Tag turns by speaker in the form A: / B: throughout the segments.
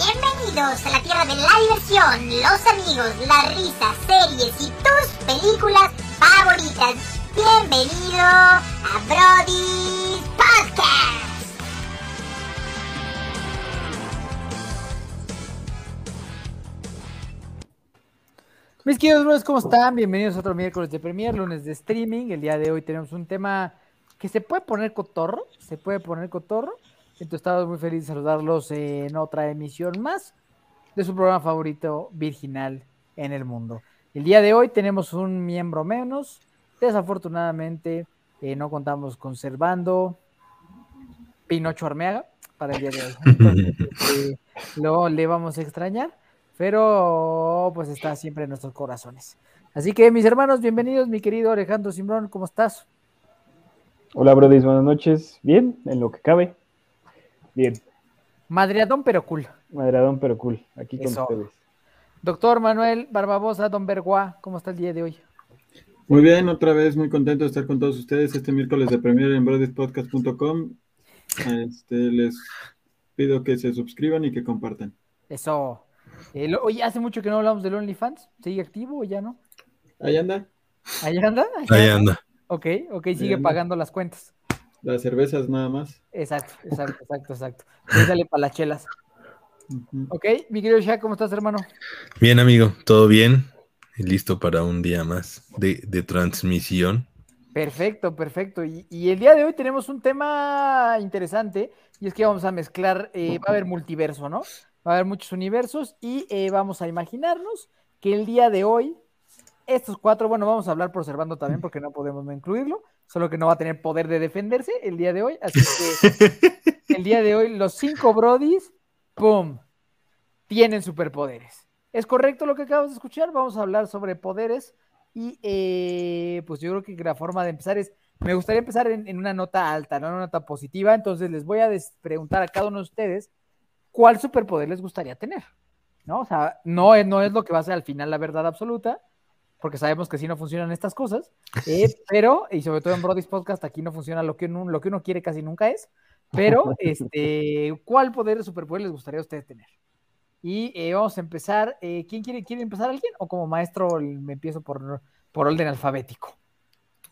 A: bienvenidos a la tierra de la diversión, los amigos, las risas, series y tus películas favoritas. Bienvenido a Brody's Podcast.
B: Mis queridos brothers, ¿cómo están? Bienvenidos a otro miércoles de Premier, lunes de streaming. El día de hoy tenemos un tema que se puede poner cotorro, se puede poner cotorro. Entonces estamos muy feliz de saludarlos en otra emisión más de su programa favorito virginal en el mundo. El día de hoy tenemos un miembro menos. Desafortunadamente eh, no contamos conservando Pinocho Armeaga para el día de hoy. Entonces, eh, lo le vamos a extrañar pero pues está siempre en nuestros corazones. Así que mis hermanos, bienvenidos, mi querido Alejandro Simbrón, ¿cómo estás?
C: Hola, brothers, buenas noches. Bien, en lo que cabe. Bien,
B: Madriadón, pero cool.
C: madradón, pero cool. Aquí con
B: Eso.
C: ustedes.
B: Doctor Manuel Barbabosa, Don Berguá, ¿cómo está el día de hoy?
D: Muy bien, otra vez muy contento de estar con todos ustedes este miércoles de Premier en broadspodcast.com. Este, les pido que se suscriban y que compartan.
B: Eso. Eh, lo- oye, hace mucho que no hablamos del OnlyFans, ¿sigue activo o ya no?
D: Ahí anda,
B: Ahí anda, ahí
E: Ahí
B: anda.
E: anda.
B: Ok, ok, sigue
D: anda.
B: pagando las cuentas.
D: las cervezas nada más.
B: Exacto, exacto, exacto, exacto. Ahí Dale para las chelas.
D: Ujú.
B: Ok, mi querido Shaq, ¿cómo estás, hermano?
E: Bien, amigo, todo bien. Y listo para un día más de, de transmisión.
B: Perfecto, perfecto. Y, y el día de hoy tenemos un tema interesante y es que vamos a mezclar, eh, va a haber multiverso, ¿no? Va a haber muchos universos y eh, vamos a imaginarnos que el día de hoy, estos cuatro, bueno, vamos a hablar por Servando también porque no podemos no incluirlo, solo que no va a tener poder de defenderse el día de hoy. Así que el día de hoy los cinco Brodis, ¡pum!, tienen superpoderes. ¿Es correcto lo que acabas de escuchar? Vamos a hablar sobre poderes. Y eh, pues yo creo que la forma de empezar es, me gustaría empezar en, en una nota alta, no en una nota positiva, entonces les voy a des- preguntar a cada uno de ustedes cuál superpoder les gustaría tener, ¿no? O sea, no es, no es lo que va a ser al final la verdad absoluta, porque sabemos que sí no funcionan estas cosas, eh, pero, y sobre todo en Brody's Podcast, aquí no funciona lo que uno, lo que uno quiere casi nunca es, pero, este, ¿cuál poder de superpoder les gustaría a ustedes tener? Y eh, vamos a empezar, eh, ¿quién quiere, quiere empezar alguien? O como maestro me empiezo por por orden alfabético.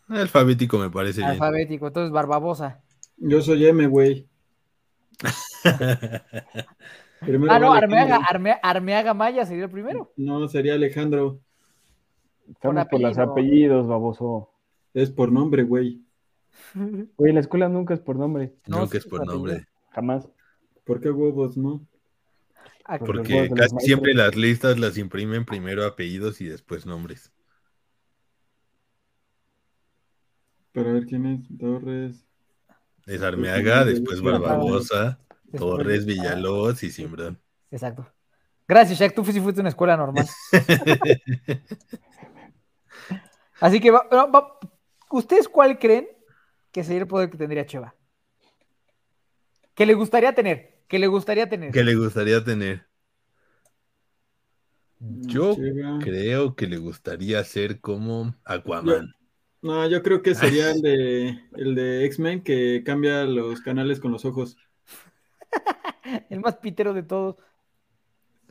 E: Alfabético me parece bien.
B: Alfabético, entonces Barbabosa.
D: Yo soy M, güey. Primero
B: Ah, no,
D: va
B: Armeaga,
D: Alejandro.
B: Arme- Armeaga Maya sería el primero.
D: No, sería Alejandro.
C: Estamos por los
B: apellido.
C: apellidos, baboso.
D: Es por nombre, güey.
C: Oye, la escuela nunca es por nombre,
E: no,
B: No,
E: que es
B: sí,
E: por
B: apellido.
E: nombre.
C: jamás.
D: ¿Por qué huevos, no?
B: Ah,
C: Por los
E: Porque
C: huevos de los
E: casi
C: maestros.
E: siempre las listas las imprimen primero apellidos y después nombres.
D: Pero a ver quién es. Torres.
E: Es Armeaga,
D: Sí,
E: después
D: sí,
E: Barbabosa,
B: después- Ah,
E: Torres, Villalobos y Simbrón.
B: Exacto. Gracias, Jack. Tú sí fuiste a una escuela normal. Así que, va- no, va- ¿ustedes cuál creen que sería el poder que tendría Cheva? Que le gustaría tener. Que le gustaría tener.
E: ¿Qué le gustaría tener?
D: Mm,
E: Yo
D: Cheva.
E: creo que le gustaría ser como Aquaman.
D: No, yo creo que sería el de, el de X-Men que cambia los canales con los ojos.
B: El más pitero de todos.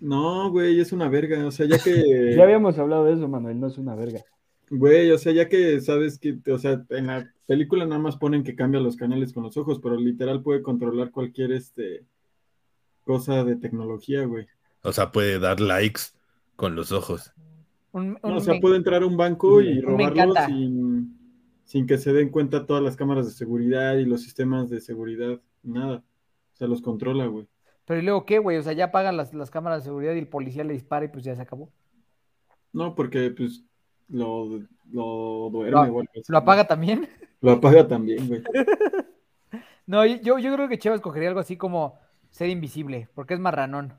D: No, güey, es una verga. O sea, ya que.
C: Ya habíamos hablado de eso, Manuel, no es una verga.
D: Güey, o sea, ya que sabes que. O sea, en la película nada más ponen que cambia los canales con los ojos, pero literal puede controlar cualquier este cosa de tecnología, güey.
E: O sea, puede dar likes con los ojos.
B: Un-
D: No,
B: un
D: o sea, pues-
B: men-
D: puede entrar a un banco
C: Me
D: y robarlo
B: encanta.
D: sin, sin que se den cuenta todas las cámaras de seguridad y los sistemas de seguridad. Nada. O sea, los controla, güey.
B: Pero ¿y luego qué, güey? O sea, ya apagan las, las cámaras de seguridad y el policía le dispara y pues ya se acabó.
D: No, porque pues lo, lo duerme,
B: Lo-
D: güey, así,
B: ¿Lo
D: ¿no?
B: apaga también?
D: Lo apaga también, güey.
B: No, yo- yo, yo creo que Cheva escogería algo así como ser invisible, porque es marranón.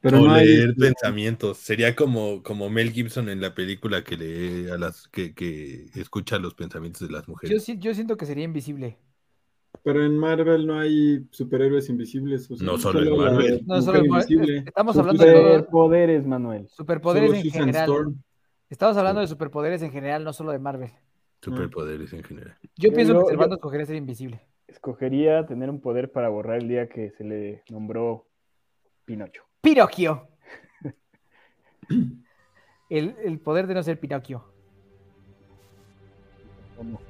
D: Pero
E: o
D: no hay-
E: leer pensamientos. Sería como, como Mel Gibson en la película que lee a las que, que escucha los pensamientos de las
B: Yo,
E: mujeres.
B: sí- yo siento que sería invisible.
D: pero en Marvel no hay superhéroes invisibles. o sea,
E: No solo en
D: la
E: Marvel.
B: No
D: mujer
B: solo el-
D: invisible.
B: estamos
D: Su-
B: hablando de
D: Solo-
B: todo-
C: Superpoderes, Manuel.
B: superpoderes
D: solo
B: en
D: Susan
B: general.
D: Storm.
B: Estamos hablando de superpoderes en general, no solo de Marvel.
E: Superpoderes en general.
B: Yo
C: Yo-
B: pienso
C: yo-
B: que Servando
C: yo-
B: escogería ser invisible.
C: Escogería tener un poder para borrar el día que se le nombró Pinocho.
B: Pinocchio. El, el poder de no ser Pinocchio.
C: ¿Cómo?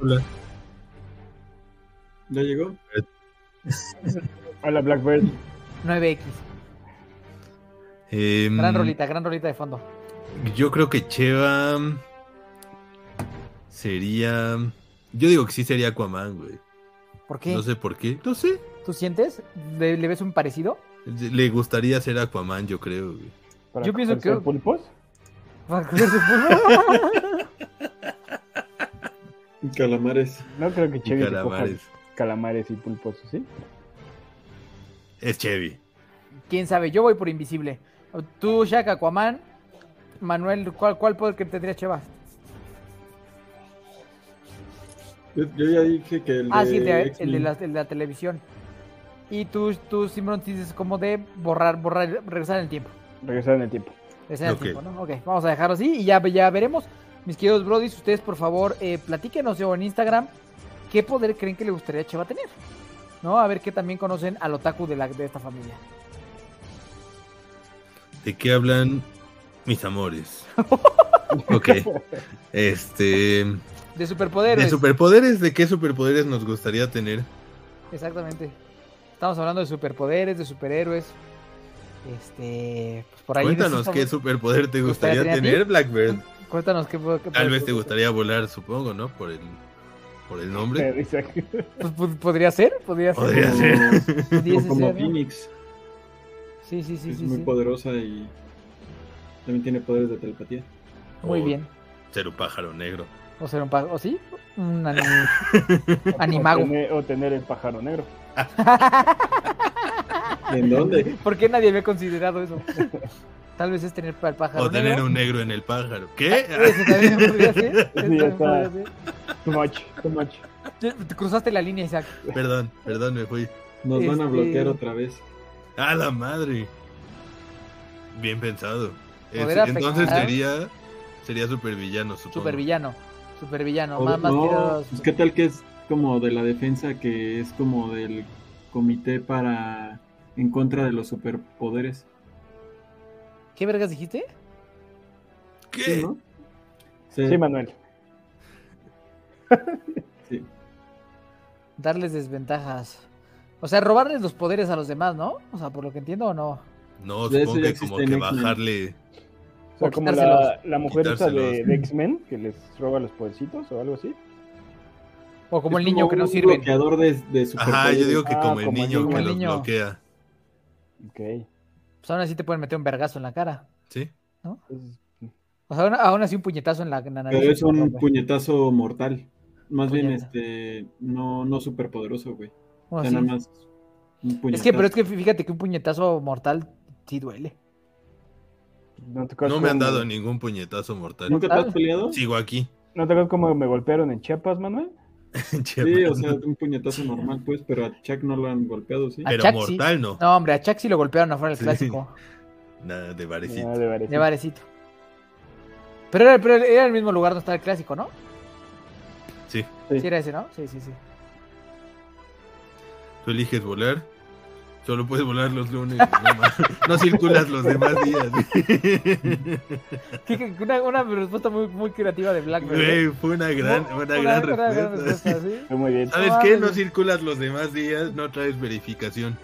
E: Hola.
D: ¿Ya llegó?
C: Hola, Blackbird.
B: 9X.
E: Em,
B: Gran rolita, gran rolita de fondo.
E: Yo creo que Cheva sería. Yo digo que sí sería Aquaman, güey.
B: ¿Por qué?
E: No sé por qué. No sé.
B: ¿Tú sientes? ¿Le, le ves un parecido?
E: Le gustaría ser Aquaman, yo creo, güey.
C: Para
B: Yo pienso
C: comerse
B: que-
C: pulpos.
D: Calamares.
C: No creo que
E: Y
C: Chevy se coja
E: calamares.
C: calamares y pulpos, ¿sí?
E: Es Chevy.
B: ¿Quién sabe? Yo voy por invisible. Tú, Shaq, Aquaman. Manuel, ¿cuál, cuál poder que tendría Cheva?
D: Yo, yo ya dije que el de,
B: Ah, sí, el de, el,
D: X-Men.
B: de la, el de la televisión. Y tú, tú Simón, dices como de borrar, borrar, regresar en el tiempo.
C: Regresar en el tiempo.
B: Regresar en el
E: Ok.
B: tiempo, ¿no? Ok, vamos a dejarlo así y ya, ya veremos. Mis queridos brodis, ustedes por favor eh, platíquenos o en Instagram qué poder creen que le gustaría a Cheva tener. ¿No? A ver qué también conocen al otaku de, la, de esta familia.
E: ¿De qué hablan mis amores? ok. Este.
B: De
E: ¿De
B: superpoderes.
E: superpoderes? ¿De qué superpoderes nos gustaría tener?
B: Exactamente. Estamos hablando de superpoderes, de superhéroes. Este, pues por ahí.
E: Cuéntanos
B: necesitamos-
E: qué superpoder te
B: gustaría
E: gustaría
B: tener a ti?
E: tener, Blackbird.
B: Cuéntanos qué, po- qué
E: Tal
B: poder-
E: vez te gustaría volar, supongo, ¿no? Por el, por el nombre.
C: Pero, Isaac,
B: Pues, pod- podría ser, podría ser.
E: Podría ser.
B: Pudiese
D: O como
B: ser, ¿no?
D: Phoenix.
B: Sí, sí, sí,
D: es
B: sí.
D: muy
B: sí.
D: poderosa y también tiene poderes de telepatía.
B: Muy
E: O
B: bien.
E: Ser un pájaro negro.
B: O ser un pájaro. ¿O sí? Un ani-
C: O
B: animago.
C: tener, o tener el pájaro negro.
D: ¿Y en dónde?
B: ¿Por qué nadie había considerado eso? Tal vez es tener pa- el pájaro.
E: O tener
B: negro.
E: un negro en el pájaro. ¿Qué?
B: Ese también podría ser, ese
C: ya
B: también
C: está.
B: podría ser.
C: Too much, too much.
B: Te- Te cruzaste la línea, Isaac.
E: Ah, Perdón, perdón, me fui.
D: Nos van
B: Este-
D: a bloquear otra vez.
E: ¡A la madre! Bien pensado. Es-
B: Poder
E: entonces
B: afectar.
E: sería, sería supervillano, supongo.
B: Supervillano. Supervillano.
D: O-
B: Más, más
D: no,
B: tirados.
D: pues, ¿Qué tal que es como de la defensa que es como del comité para en contra de los superpoderes?
B: ¿Qué vergas dijiste?
E: ¿Qué?
D: Sí, ¿no? Sí,
C: Sí, Manuel.
D: sí.
B: Darles desventajas. O sea, robarles los poderes a los demás, ¿no? O sea, por lo que entiendo o no.
E: No,
D: Ya
E: supongo
D: eso ya
E: que como
D: existe en
E: que
D: X-Men.
E: bajarle.
C: O sea,
B: O
C: como la,
B: quitárselos.
C: la mujer esa de,
E: Quitárselos.
C: de X-Men que les roba los podercitos o algo así.
B: O como
D: Es
B: el niño que no
D: un
B: sirve.
D: bloqueador de, de
E: Ajá, yo
D: superpoderes.
E: digo que
C: Ah,
E: como el
C: como el
E: niño
C: niño.
E: que los
B: Niño.
E: bloquea.
C: Ok.
B: Pues aún así te pueden meter un vergazo en la cara.
E: ¿Sí?
C: Entonces,
B: O sea, aún, aún así un puñetazo en la, en la nariz.
D: Pero es un
B: Rompe.
D: puñetazo mortal. Más bien,
B: Puñeta.
D: este, no, no superpoderoso, güey.
B: Bueno,
D: O sea,
B: sí.
D: nada más un
B: Es que, pero es
D: puñetazo.
B: que fíjate que un puñetazo mortal sí duele.
C: ¿no, te acuerdas
E: No me han
C: cómo
E: dado ningún puñetazo mortal.
D: ¿Nunca te has peleado?
E: Sigo aquí.
C: ¿No te acuerdas cómo me golpearon en Chiapas, Manuel?
E: Chema.
D: Sí, o sea, un puñetazo normal, pues, pero a Chuck no lo han golpeado, ¿sí?
B: Ah,
E: Pero
B: Chuck sí.
E: mortal no.
B: No, hombre, a Chuck sí lo golpearon afuera del
E: Sí.
B: clásico.
E: Nada de
C: Ah,
E: varecito.
C: de Varese.
B: De barecito. Pero era, pero era el mismo lugar donde estaba el clásico, ¿no?
E: Sí.
C: Sí.
B: Sí, era ese, ¿no? Sí, sí, sí.
E: Tú eliges volar. Solo puedes volar los lunes. No, ma- no circulas los demás días.
B: Sí, que- que una, una respuesta muy, muy creativa de Black Bear, ¿eh?
E: Güey, fue una gran, una, gran respuesta.
B: respuesta, sí.
C: Fue Muy bien.
E: ¿Sabes qué? No
B: Mames.
E: circulas los demás días, no traes verificación.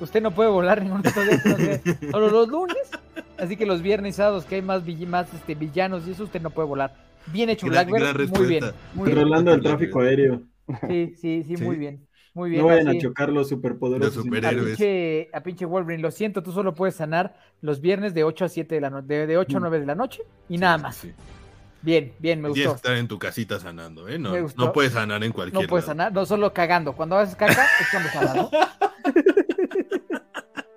B: Usted no puede volar ningún otro día, que no sea solo los lunes. Así que los viernes y sábados que hay más, villi- más este, villanos y eso, usted no puede volar. Bien hecho,
E: Gran-
B: Black Bear,
E: gran
B: Muy bien.
E: respuesta.
B: Muy bien.
D: Controlando el tráfico aéreo.
B: Sí, sí, sí,
E: Sí.
B: muy bien. Muy bien.
D: No vayan a
B: así.
D: chocar los superpoderosos.
E: Los
B: a
E: superhéroes.
B: pinche, a pinche Wolverine, lo siento, tú solo puedes sanar los viernes de 8 a 7 de la noche, de, de 8 a
D: Mm.
B: 9 de la noche y nada más.
E: Sí.
B: Bien, bien, me
E: Tienes que
B: gustó.
E: estar en tu casita sanando, ¿eh? No,
B: Me gustó.
E: no puedes sanar en cualquier
B: No puedes
E: lado.
B: sanar, no solo cagando. Cuando haces caca, es cuando sanas, ¿no?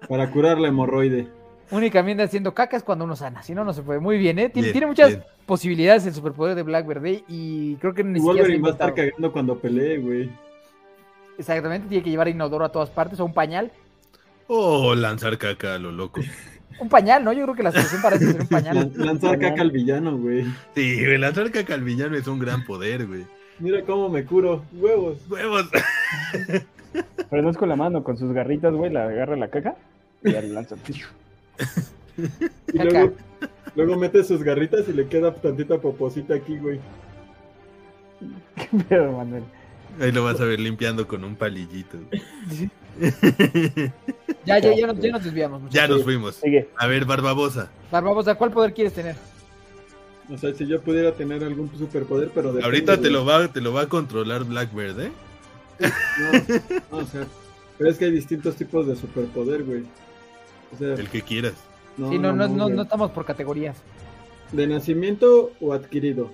D: Para curar la hemorroide.
B: Únicamente haciendo caca es cuando uno sana, si no, no se puede. Muy bien, ¿eh? Tiene,
E: Bien,
B: tiene muchas
E: bien.
B: posibilidades el superpoder de Black Verde y creo que ni
D: Y
B: siquiera se ha
D: Wolverine va a estar
B: inventado.
D: cagando cuando pelee, güey.
B: Exactamente, tiene que llevar inodoro a todas partes o un pañal.
E: O Oh, lanzar caca a lo loco.
B: Un pañal, ¿no? Yo creo que la solución para eso es un pañal.
D: Lan- Lanzar caca al villano, güey.
E: Sí, güey, lanzar caca al villano es un gran poder, güey.
D: Mira cómo me curo. Huevos.
E: Huevos.
C: Pero no es con la mano, con sus garritas, güey, la agarra la caca. Y ya lo lanza. ¡piu!
D: Y
B: Caca.
D: luego, luego mete sus garritas y le queda tantita poposita aquí, güey.
C: Qué pedo, Manuel.
E: Ahí lo vas a ver limpiando con un palillito.
B: Ya, ya, ya, nos, ya nos desviamos,
E: ya
B: muchachos.
E: nos fuimos.
C: Sigue.
E: A ver, Barbabosa.
B: Barbabosa, ¿cuál poder quieres tener?
D: O sea, si yo pudiera tener algún superpoder, pero depende,
E: Ahorita te
D: güey.
E: lo va, te lo va a controlar Blackbird, ¿eh?
D: No, no, o sea, pero es que hay distintos tipos de superpoder, güey. O sea,
E: El que quieras.
D: no,
B: sí, no, no, no,
D: güey.
B: no estamos por categorías.
D: ¿De nacimiento o adquirido?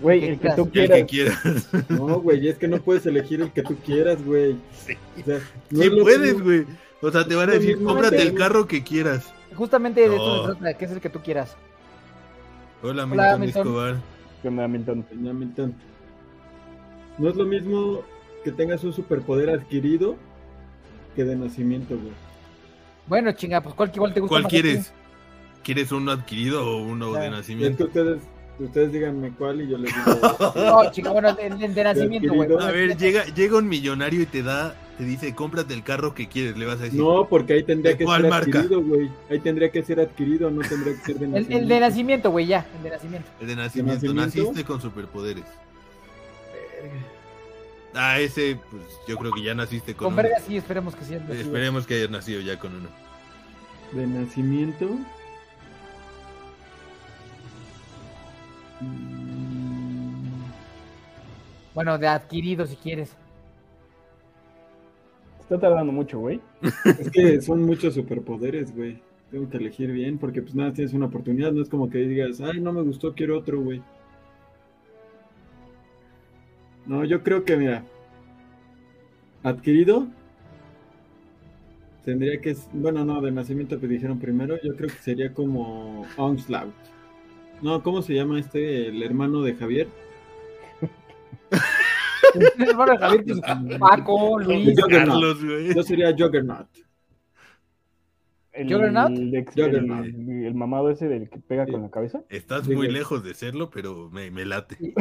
C: Güey,
B: ¿Qué
C: el que tú
E: El que
C: quieras.
E: quieras.
D: No, güey, es que no puedes elegir el que tú quieras, güey.
E: Sí.
D: O sea, no
E: Sí
D: es lo
E: puedes,
D: mismo-
E: güey. O sea, te van a
D: No,
E: decir,
D: no,
E: cómprate
D: no,
E: el
D: no.
E: carro que quieras.
B: Justamente de
E: No.
B: esto se trata, que es el que tú quieras.
E: Hola,
B: Hola,
E: Milton
B: Milton.
E: Escobar.
C: Que me da Milton.
D: Ya, Milton. No es lo mismo que tengas un superpoder adquirido que de nacimiento, güey.
B: Bueno, chinga, pues ¿cuál, igual te gusta
E: ¿Cuál
B: más a ti?
E: quieres? ¿Quieres uno adquirido o uno
B: Claro.
E: de
D: Y es que
E: nacimiento?
D: ustedes, ustedes díganme cuál y yo les digo.
B: No, chinga, bueno, de, de- de nacimiento, güey.
D: adquirido.
E: A ver, llega, llega un millonario y te da, te dice, cómprate el carro que quieres. Le vas a decir,
D: No, porque ahí tendría
E: ¿De
D: que
E: cuál
D: ser
E: marca?
D: adquirido, güey. Ahí tendría que ser adquirido, no tendría que ser de
B: El,
D: nacimiento.
B: el de nacimiento, güey, ya, el de nacimiento.
E: el de nacimiento.
D: nacimiento?
E: Naciste con superpoderes. Ah, ese, pues yo creo que ya naciste con
B: Con
E: uno.
B: verga sí, esperemos que sí. el de-
E: Esperemos que hayas nacido ya con uno.
D: De nacimiento. Mm,
B: Bueno, de adquirido si quieres.
C: Se Está tardando mucho, güey.
D: Es que son muchos superpoderes, güey. Tengo que elegir bien, porque pues nada, tienes una oportunidad. No es como que digas, ay, no me gustó, quiero otro, güey. No, yo creo que, mira, adquirido. Tendría que, s- bueno, no, de nacimiento que dijeron primero, yo creo que sería como Onslaught. No, ¿cómo se llama este, el hermano de Javier?
B: Hermano de Javier, pues, Paco, Luis.
D: Yo- Juggernaut.
E: Carlos, güey.
D: Yo sería Juggernaut.
C: El,
B: ¿Juggernaut?
C: el ex-
D: Juggernaut.
C: el- el mamado ese del que pega con la cabeza.
E: Estás
D: Sí,
E: muy
D: güey.
E: lejos de serlo, pero me, me late.
B: Sí,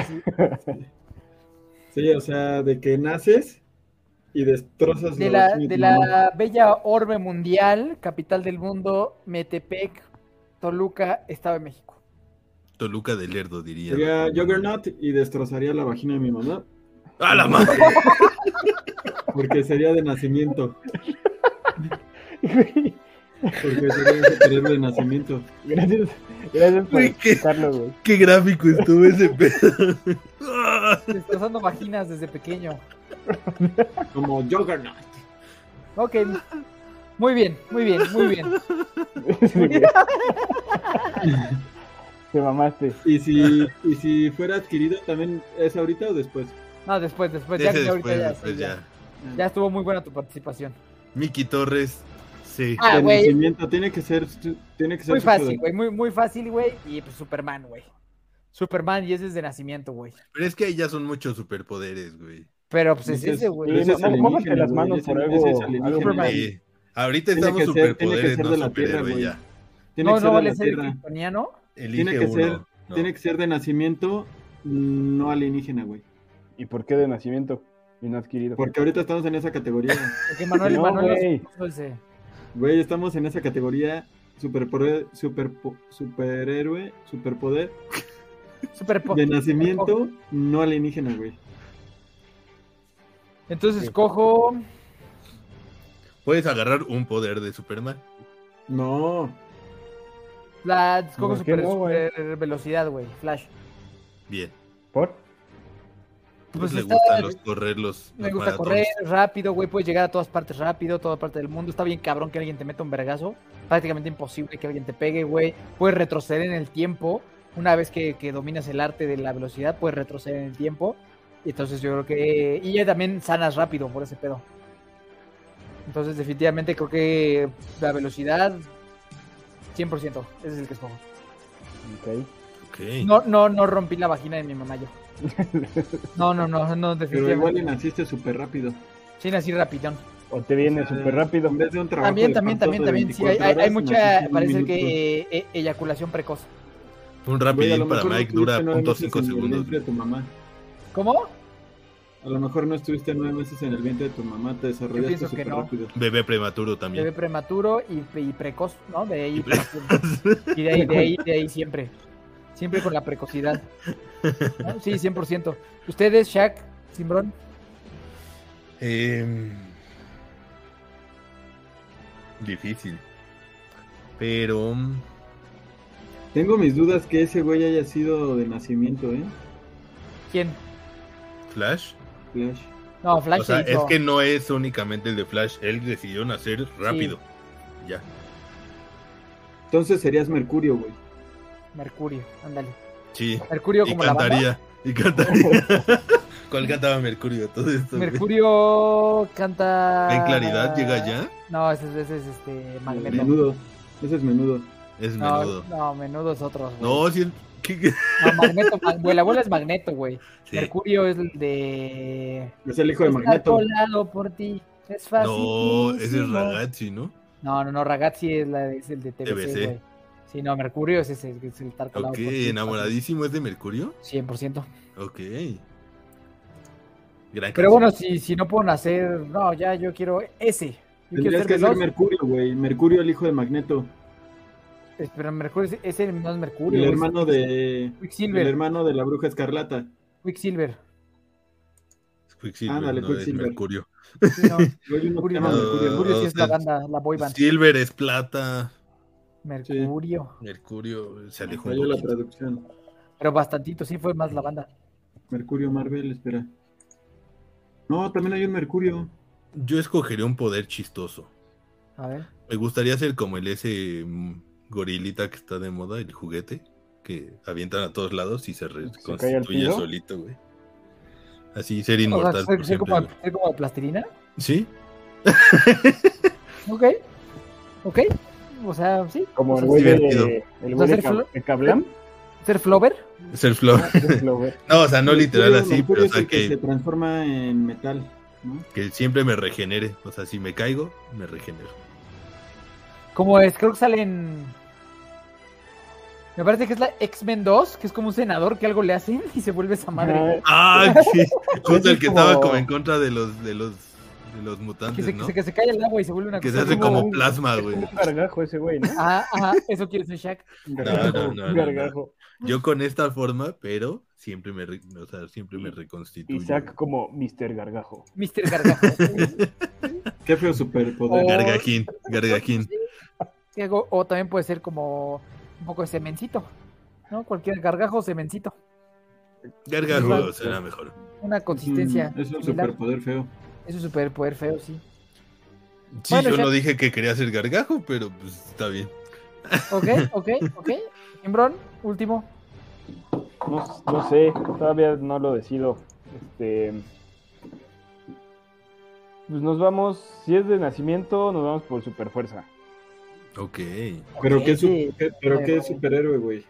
B: sí.
D: Sí, o sea, de que naces y destrozas
B: De
D: los
B: la,
D: sueños
B: de
D: tu mamá.
B: la bella orbe mundial, capital del mundo, Metepec, Toluca, Estado de México.
E: Toluca del Lerdo, diría.
D: Sería Juggernaut y destrozaría la vagina de mi mamá
E: ¡A la madre!
D: porque sería de nacimiento.
C: Güey,
D: Porque sería ese cerebro de nacimiento.
C: gracias, gracias por
E: Güey, qué-
C: explicarlo, güey.
E: ¡Qué gráfico estuvo ese pedo! ¡Ah!
B: Destrozando vaginas desde pequeño.
D: Como Juggernaut.
B: Ok. Muy bien, muy bien, muy bien.
C: Sí, güey. Te mamaste.
D: Y si, y si fuera adquirido también es ahorita o después.
B: No, después,
D: Pues
B: después, ya,
E: Ese
B: ya ahorita
E: después,
B: ya,
E: después
B: sí,
E: ya.
B: ya. Ya estuvo muy buena tu participación.
E: Miki Torres, sí.
B: Ah,
D: de
B: güey.
D: nacimiento tiene que ser tiene que ser
B: Muy
D: superpoder.
B: fácil, güey. Muy, muy fácil, güey. Y pues Superman, güey. Superman y ese es de nacimiento, güey.
E: Pero es que ahí ya son muchos superpoderes, güey.
B: Pero pues es
D: Ese es-
B: ese, güey.
D: pero ese es
B: No,
C: Mójate
D: alienígena,
C: las
D: güey,
C: manos
D: ese-
C: por
D: ese
C: algo-
D: es alienígena.
C: algo Superman.
E: Sí. Eh, Ahorita
D: Tiene
E: estamos
D: que ser- tiene que
E: superpoderes,
D: ser
E: no
D: de la Tierra,
E: superhéroe
D: güey.
E: ya.
D: Tiene
B: no,
D: que ser
B: no,
D: de
B: él
D: la
B: es el
D: Tierra.
B: kryptoniano.
E: Elige
D: Tiene que
E: uno.
D: ser-
E: No.
D: Tiene que ser de nacimiento mm, no alienígena, güey.
C: ¿Y por qué de nacimiento? Y no adquirido.
D: Porque ahorita estamos en esa categoría.
B: Porque Manuel
C: No,
B: Manuel
C: güey.
B: nos puso ese.
D: Güey, estamos en esa categoría superpoder, superpo- superhéroe, superpoder
B: Superpo-
D: de nacimiento no alienígena, güey.
B: Entonces cojo.
E: Puedes agarrar un poder de Superman.
D: No,
B: La cojo
C: ¿Por qué
B: super,
C: no, güey?
B: super velocidad, güey. Flash.
E: Bien.
C: ¿Por?
E: Pues,
B: Pues
E: le
B: está-
E: gustan los correr los,
B: Me
E: los
B: gusta correr
E: maratones.
B: es rápido, güey. Puedes llegar a todas partes rápido, a toda parte del mundo. Está bien cabrón que alguien te meta un vergazo. Prácticamente imposible que alguien te pegue, güey. Puedes retroceder en el tiempo. Una vez que, que dominas el arte de la velocidad, puedes retroceder en el tiempo. Y Entonces yo creo que... Y ya también sanas rápido por ese pedo. Entonces definitivamente creo que la velocidad... 100%, ese es el que escojo.
C: Ok.
E: Ok.
B: No, no, no rompí la vagina de mi mamá yo. No, no, no, no,
D: pero igual y
B: definitivamente.
D: naciste súper rápido.
B: Sí, nací rapidón.
C: O te viene súper rápido.
D: En vez de un trabajo
B: También,
D: de
B: también,
D: parto
B: también,
D: de
B: también. Sí, hay, hay-
D: 24
B: hay
D: horas, naciste en
B: mucha,
D: un
B: parece
D: minuto.
B: que eh, e- eyaculación precoz.
E: Un
D: Güey, a lo
E: rapidín
D: mejor
E: para
D: no
E: Mike
D: tuviste
E: dura
D: nueve
E: .5
D: meses en el
E: segundos.
D: vientre de tu mamá.
B: ¿Cómo?
D: A lo mejor no estuviste nueve meses en el vientre de tu mamá,
B: Yo
D: te desarrollaste
B: pienso que
D: súper
B: no.
D: rápido.
E: Bebé prematuro
B: Bebé
E: también.
B: prematuro y, pre- y precoz, ¿no? De ahí,
E: Y
B: para siempre. y de ahí, de ahí, de ahí siempre. Siempre con la precocidad. ¿No? Sí, 100%. Ustedes, Shaq, Simbrón,
E: Em, difícil. Pero mm,
D: Tengo mis dudas que ese güey haya sido de nacimiento, ¿eh?
B: ¿quién?
E: Flash,
D: Flash.
B: No, Flash
E: o sea,
B: se
E: es
B: hizo-
E: que no es únicamente el de Flash, él decidió nacer rápido. Ya.
D: Entonces serías Mercurio, güey.
B: Mercurio, ándale.
E: Sí.
B: Mercurio
E: Y
B: como la banda.
E: cantaría, y cantaría. ¿Cuál cantaba Mercurio? Todo esto. güey.
B: Mercurio canta.
E: ¿En claridad llega ya?
B: No, ese es, ese es este Magneto.
D: Eh, Menudo. Ese es menudo.
E: Es
B: No,
E: menudo.
B: no, menudo es otro. güey.
E: No, sí. ¿qué- qué?
B: No, Magneto, Ma- güey, la abuela es Magneto, güey.
E: Sí.
B: Mercurio es el de.
D: Es el hijo de
B: Está
D: Magneto.
B: colado por ti. Es fácil.
E: No, ese es Ragazzi, ¿no?
B: No, no, no, Ragazzi es, la, es el de TBC,
E: TBC.
B: güey. Sí, no, Mercurio es ese, es el estar colado
E: Ok,
B: por ti.
E: enamoradísimo es de Mercurio.
B: 100%.
E: Ok. Gran
B: Pero
E: canción.
B: bueno, si, si no puedo nacer, no, ya yo quiero ese. Yo quiero
D: Tendrías
B: ser
D: que ser
B: veloz.
D: Mercurio, güey. Mercurio, el hijo de Magneto.
B: Es- Pero Mercurio, es- ese no es Mercurio.
D: El
B: es
D: hermano de. El
B: Quicksilver.
D: hermano de la bruja escarlata.
B: Quicksilver.
E: Es Quicksilver,
D: Ándale,
E: no
D: Quicksilver.
E: es Mercurio.
B: Sí, no,
D: Güey, uno que
B: Mercurio,
D: llama
B: no.
D: Mercurio, ¿no?
B: Mercurio sí es la
E: o sea,
B: banda, la boy band.
E: Silver es plata.
B: Mercurio.
E: Mercurio se alejó un
D: Falló la
E: poquito.
D: traducción.
B: Pero bastantito, sí fue más la banda.
D: Mercurio Marvel, espera. No, también hay un Mercurio.
E: Yo escogería un poder chistoso.
B: A ver.
E: Me gustaría ser como el ese mm, gorilita que está de moda, el juguete, que avientan a todos lados y se
C: cae al
E: reconstituye
C: piso.
E: solito, güey. Así, ser
B: O sea,
E: inmortal
B: ser-
E: por
B: ser
E: siempre,
B: como,
E: güey.
B: ser como de plastilina.
E: ¿Sí?
B: Ok. Ok. O sea, sí.
C: Como
B: O sea,
C: el güey
E: es divertido.
C: de. El güey de,
B: Entonces,
C: Cab- de Cablam.
B: Ser Flover.
E: Ser flor.
C: Lo ve.
E: No, o sea, no literal
D: Mercurio-
E: así, pero
D: Mercurio
E: o
D: es el
E: sea,
D: que se
E: que,
D: transforma en metal, ¿no?
E: que siempre me regenere. O sea, si me caigo, me regenero.
B: Como es, creo que salen. Me parece que es la X-Men 2, que es como un senador que algo le hacen y se vuelve esa madre.
C: Ajá,
E: Ah, sí. Justo el que
C: como-
E: estaba como en contra de los, de los, de los
B: que,
E: mutantes,
B: se,
E: ¿no?
B: que se cae el agua y se vuelve una
E: Que se
B: cosa
E: hace
C: como
E: como
C: un-
E: plasma,
C: es
E: güey.
C: como un gargajo ese güey, ¿no?
B: Ajá, ajá, eso quiere ser Shaq.
C: Un
E: no,
C: gargajo.
E: no, no, no.
C: un gargajo.
E: Yo con esta forma, pero siempre me, re- o sea, siempre me reconstituyo.
C: Isaac como Mr. Gargajo.
B: Mr. Gargajo.
D: Qué feo superpoder.
B: Oh.
E: Gargajín, gargajín.
B: Sí, hago- O también puede ser como un poco de semencito, ¿no? Cualquier gargajo o semencito.
E: Gargajudo será mejor.
B: Una consistencia.
D: Mm, es un
B: similar.
D: superpoder feo.
B: Es un superpoder feo, sí.
E: Sí,
B: Bueno,
E: yo
B: ya-
E: no dije que quería hacer gargajo, pero pues está bien.
B: Ok, ok, ok. Imbrón, último.
C: No, no sé, todavía no lo decido. Este. Pues nos vamos, si es de nacimiento, nos vamos por superfuerza.
E: Ok.
D: Pero qué,
B: sí,
D: su- qué- pero qué
B: pero-
D: superhéroe, güey.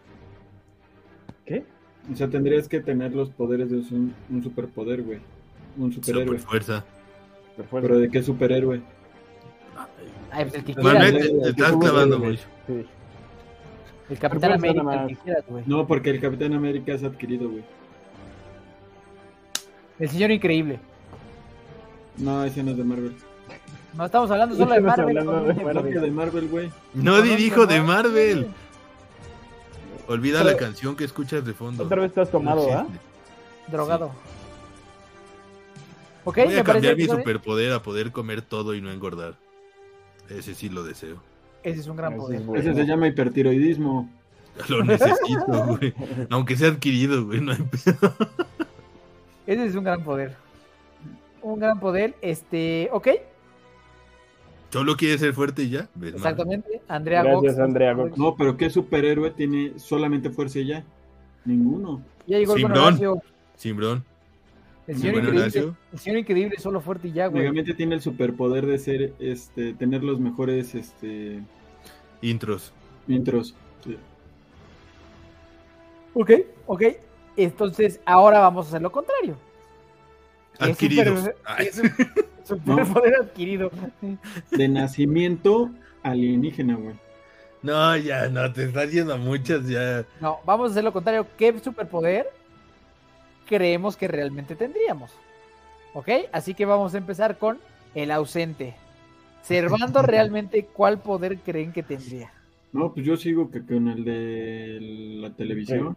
C: ¿Qué?
D: O sea, tendrías que tener los poderes de un, un superpoder, güey. Un
E: Super
D: superhéroe.
E: fuerza.
C: Superfuerza.
D: Pero de qué superhéroe.
B: Ay, pues el que quieras,
E: Manuel,
B: güey.
E: te, te
D: güey,
E: estás
D: tú,
E: clavando
D: güey.
E: mucho.
C: Sí.
B: el Capitán
C: Superfuerza nada
B: América, el que
C: más.
B: quieras, güey.
D: No, porque el Capitán América es adquirido, güey.
B: El señor increíble.
D: No, ese no es de Marvel.
B: No estamos hablando solo de
C: Estamos
B: Marvel.
C: hablando
B: obviamente.
C: de Marvel.
D: Propio de Marvel, güey.
E: No dirijo de
B: no,
E: Marvel.
B: sí.
E: Olvida
C: Pero-
E: la canción que escuchas de fondo.
C: Otra vez estás tomado,
E: No
C: ¿ah?
E: existe.
B: Drogado. Ok,
E: Voy
B: me
E: a
B: parece
E: cambiar
B: que
E: mi
B: está bien.
E: superpoder a poder comer todo y no engordar. Ese sí lo deseo.
B: Ese es un gran
C: Ese
B: poder.
C: es
D: Ese se
C: bueno.
D: llama hipertiroidismo.
E: Lo necesito, güey. Aunque sea adquirido, güey. No hay pedo.
B: Ese es un gran poder. Un gran poder. Este, ok,
E: Solo quiere ser fuerte y ya. ¿Ves, Marvel?
B: exactamente. Andrea
C: Gracias,
B: Gox.
C: Andrea Gox.
D: No, pero ¿qué superhéroe tiene solamente fuerza y ya? Ninguno.
B: Ya llegó el buen
E: Simbrón.
B: Horacio.
E: Simbrón.
B: El
E: mi
B: señor,
E: buen
B: increíble,
E: Horacio.
B: el señor increíble, solo fuerte y ya, Ah, güey.
D: Únicamente tiene el superpoder de ser, este, tener los mejores, este,
E: Intros.
D: intros. Sí.
B: Ok, ok. Entonces, ahora vamos a hacer lo contrario. Es
E: Adquiridos.
B: súper-
E: Ay,
B: es un Superpoder adquirido.
D: De nacimiento alienígena, güey.
E: no, ya, no, te estás yendo a muchas ya.
B: No, vamos a hacer lo contrario. ¿Qué superpoder creemos que realmente tendríamos? ¿Ok? Así que vamos a empezar con el ausente. Servando realmente cuál poder creen que tendría.
D: No, pues yo sigo que con el de la televisión.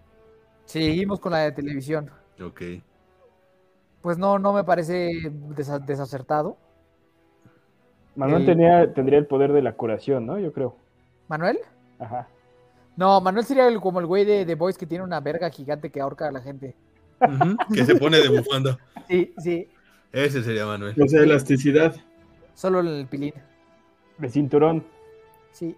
B: Seguimos con la de televisión.
E: Ok.
B: Pues no, no me parece desa- desacertado. El-
C: Manuel
E: Eh,
C: tenía, tendría el poder de la curación, ¿no? Yo creo.
B: ¿Manuel?
C: Ajá.
B: No, Manuel sería el- como el güey de The Boys que tiene una verga gigante que ahorca a la gente.
E: Ujú, Que se pone de bufanda.
B: Sí, sí,
E: Ese sería Manuel.
D: O sea, elasticidad.
B: solo el pilín.
C: De cinturón.
B: Sí.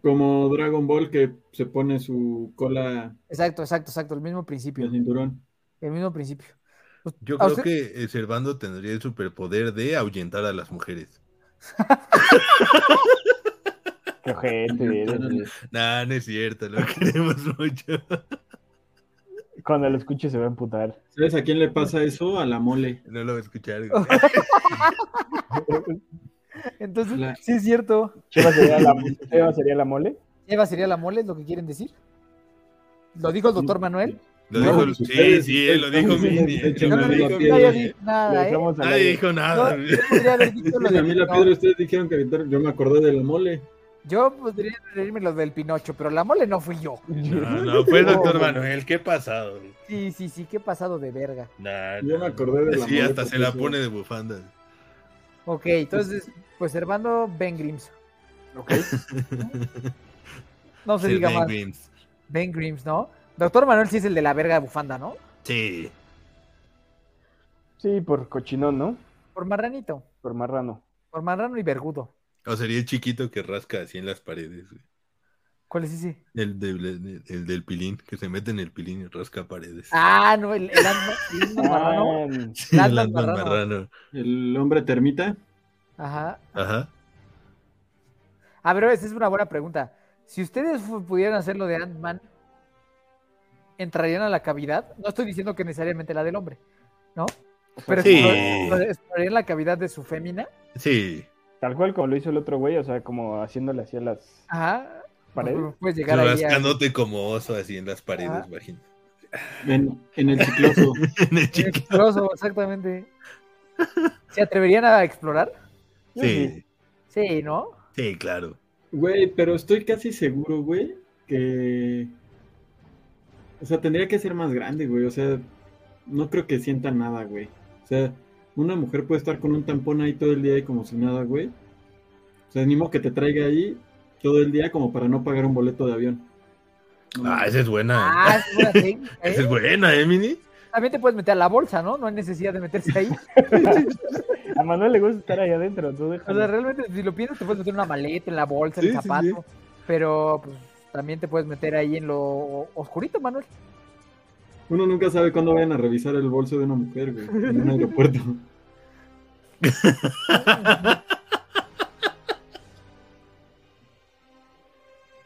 D: Como Dragon Ball que se pone su cola
B: Exacto, exacto, exacto. El mismo
D: en
B: principio.
D: el cinturón.
B: El mismo principio.
E: Yo
B: ¿A
E: creo
B: usted?
E: que eh, Servando tendría el superpoder de ahuyentar a las mujeres.
C: Qué ojete eres, güey.
E: Nah, no es cierto, lo queremos mucho.
C: Cuando lo escuche se va a emputar.
D: ¿Sabes a quién le pasa eso? A la mole.
E: No lo voy a escuchar. güey.
B: Entonces,
D: La-
B: sí es cierto.
C: ¿Cheva sería la, Cheva sería la mole?
B: Eva sería la mole, es lo que quieren decir. Lo dijo el doctor Manuel.
E: Lo
D: No,
E: dijo,
D: pues,
E: sí,
D: ustedes-
E: sí, él lo dijo
D: ustedes
E: Mini.
D: han hecho
E: él lo
D: una
E: dijo
D: liga
E: Mini.
D: piedra.
B: Nadie dijo nada,
C: Le
B: ¿eh?
C: dejamos a la
E: Nadie
C: de-
E: dijo nada.
B: No, yo podría haber dicho lo
D: Dicen a
B: del
D: mí la
B: Pinocho.
D: piedra, ustedes dijeron que aventaron- yo me acordé de la mole.
B: Yo podría reírme lo del Pinocho, pero la mole no fui yo.
E: No, no, fue el doctor
C: No,
E: Manuel, qué pasado. güey.
B: Sí, sí, sí, qué pasado de verga.
E: Nah,
D: Yo
E: nah.
D: me acordé de la
E: Sí,
D: mole
E: hasta se la
D: porque
E: pone de bufanda.
B: Ok, entonces, pues Servando Ben Grims. No se
E: Sí,
B: diga
E: Ben
B: más.
E: Grimes.
B: Ben Grims, ¿no? Doctor Manuel sí es el de la verga de bufanda, ¿no?
E: Sí.
C: Sí, por cochinón, ¿no?
B: Por marranito.
C: Por marrano.
B: Por marrano y vergudo.
E: O sería el chiquito que rasca así en las paredes. güey.
B: ¿Cuál es ese?
E: El, del- el del pilín, que se mete en el pilín y rasca paredes.
B: Ah, no, el, el Ant- el Ant-Man marrano.
C: Ah,
E: Sí, el
B: Landon
E: Landon
B: Marrano.
E: Marrano.
D: El hombre termita.
B: Ajá.
E: Ajá.
B: A ver, esa es una buena pregunta. Si ustedes fu- pudieran hacer lo de Ant-Man, ¿entrarían a la cavidad? No estoy diciendo que necesariamente la del hombre, ¿no? Pero
E: Sí.
B: ¿explor- ¿explorarían la cavidad de su fémina?
E: Sí.
C: Tal cual como lo hizo el otro güey, o sea, como haciéndole así a las
B: Ajá.
C: paredes.
B: Puedes llegar ahí. a- Ah.
E: Rascándote como oso así en las paredes,
B: Ajá.
E: vagina.
D: En, en el cicloso.
E: En el
B: Sí,
E: chiquito.
B: Exploroso, exactamente. ¿Se atreverían a explorar?
C: Yo
E: Sí,
B: Sí, ¿no?
E: sí, claro.
D: Güey, pero estoy casi seguro, güey, que. O sea, tendría que ser más grande, güey. O sea, no creo que sienta nada, güey. O sea, una mujer puede estar con un tampón ahí todo el día y como si nada, güey. O sea, animo que te traiga ahí todo el día como para no pagar un boleto de avión. No,
E: Ah, esa es buena.
B: Ah, es buena técnica, ¿eh?
E: Esa es buena, ¿eh, Mini?
B: También te puedes meter a la bolsa, ¿no? No hay necesidad de meterse ahí.
C: A Manuel le gusta estar ahí adentro, tú
B: O sea,
C: déjalo.
B: realmente, si lo piensas, te puedes meter en una maleta, en la bolsa, en
D: Sí,
B: el
D: sí,
B: zapato. Pero pues, también te puedes meter ahí en lo oscurito, Manuel.
D: Uno nunca sabe cuándo vayan a revisar el bolso de una mujer, güey, en un aeropuerto.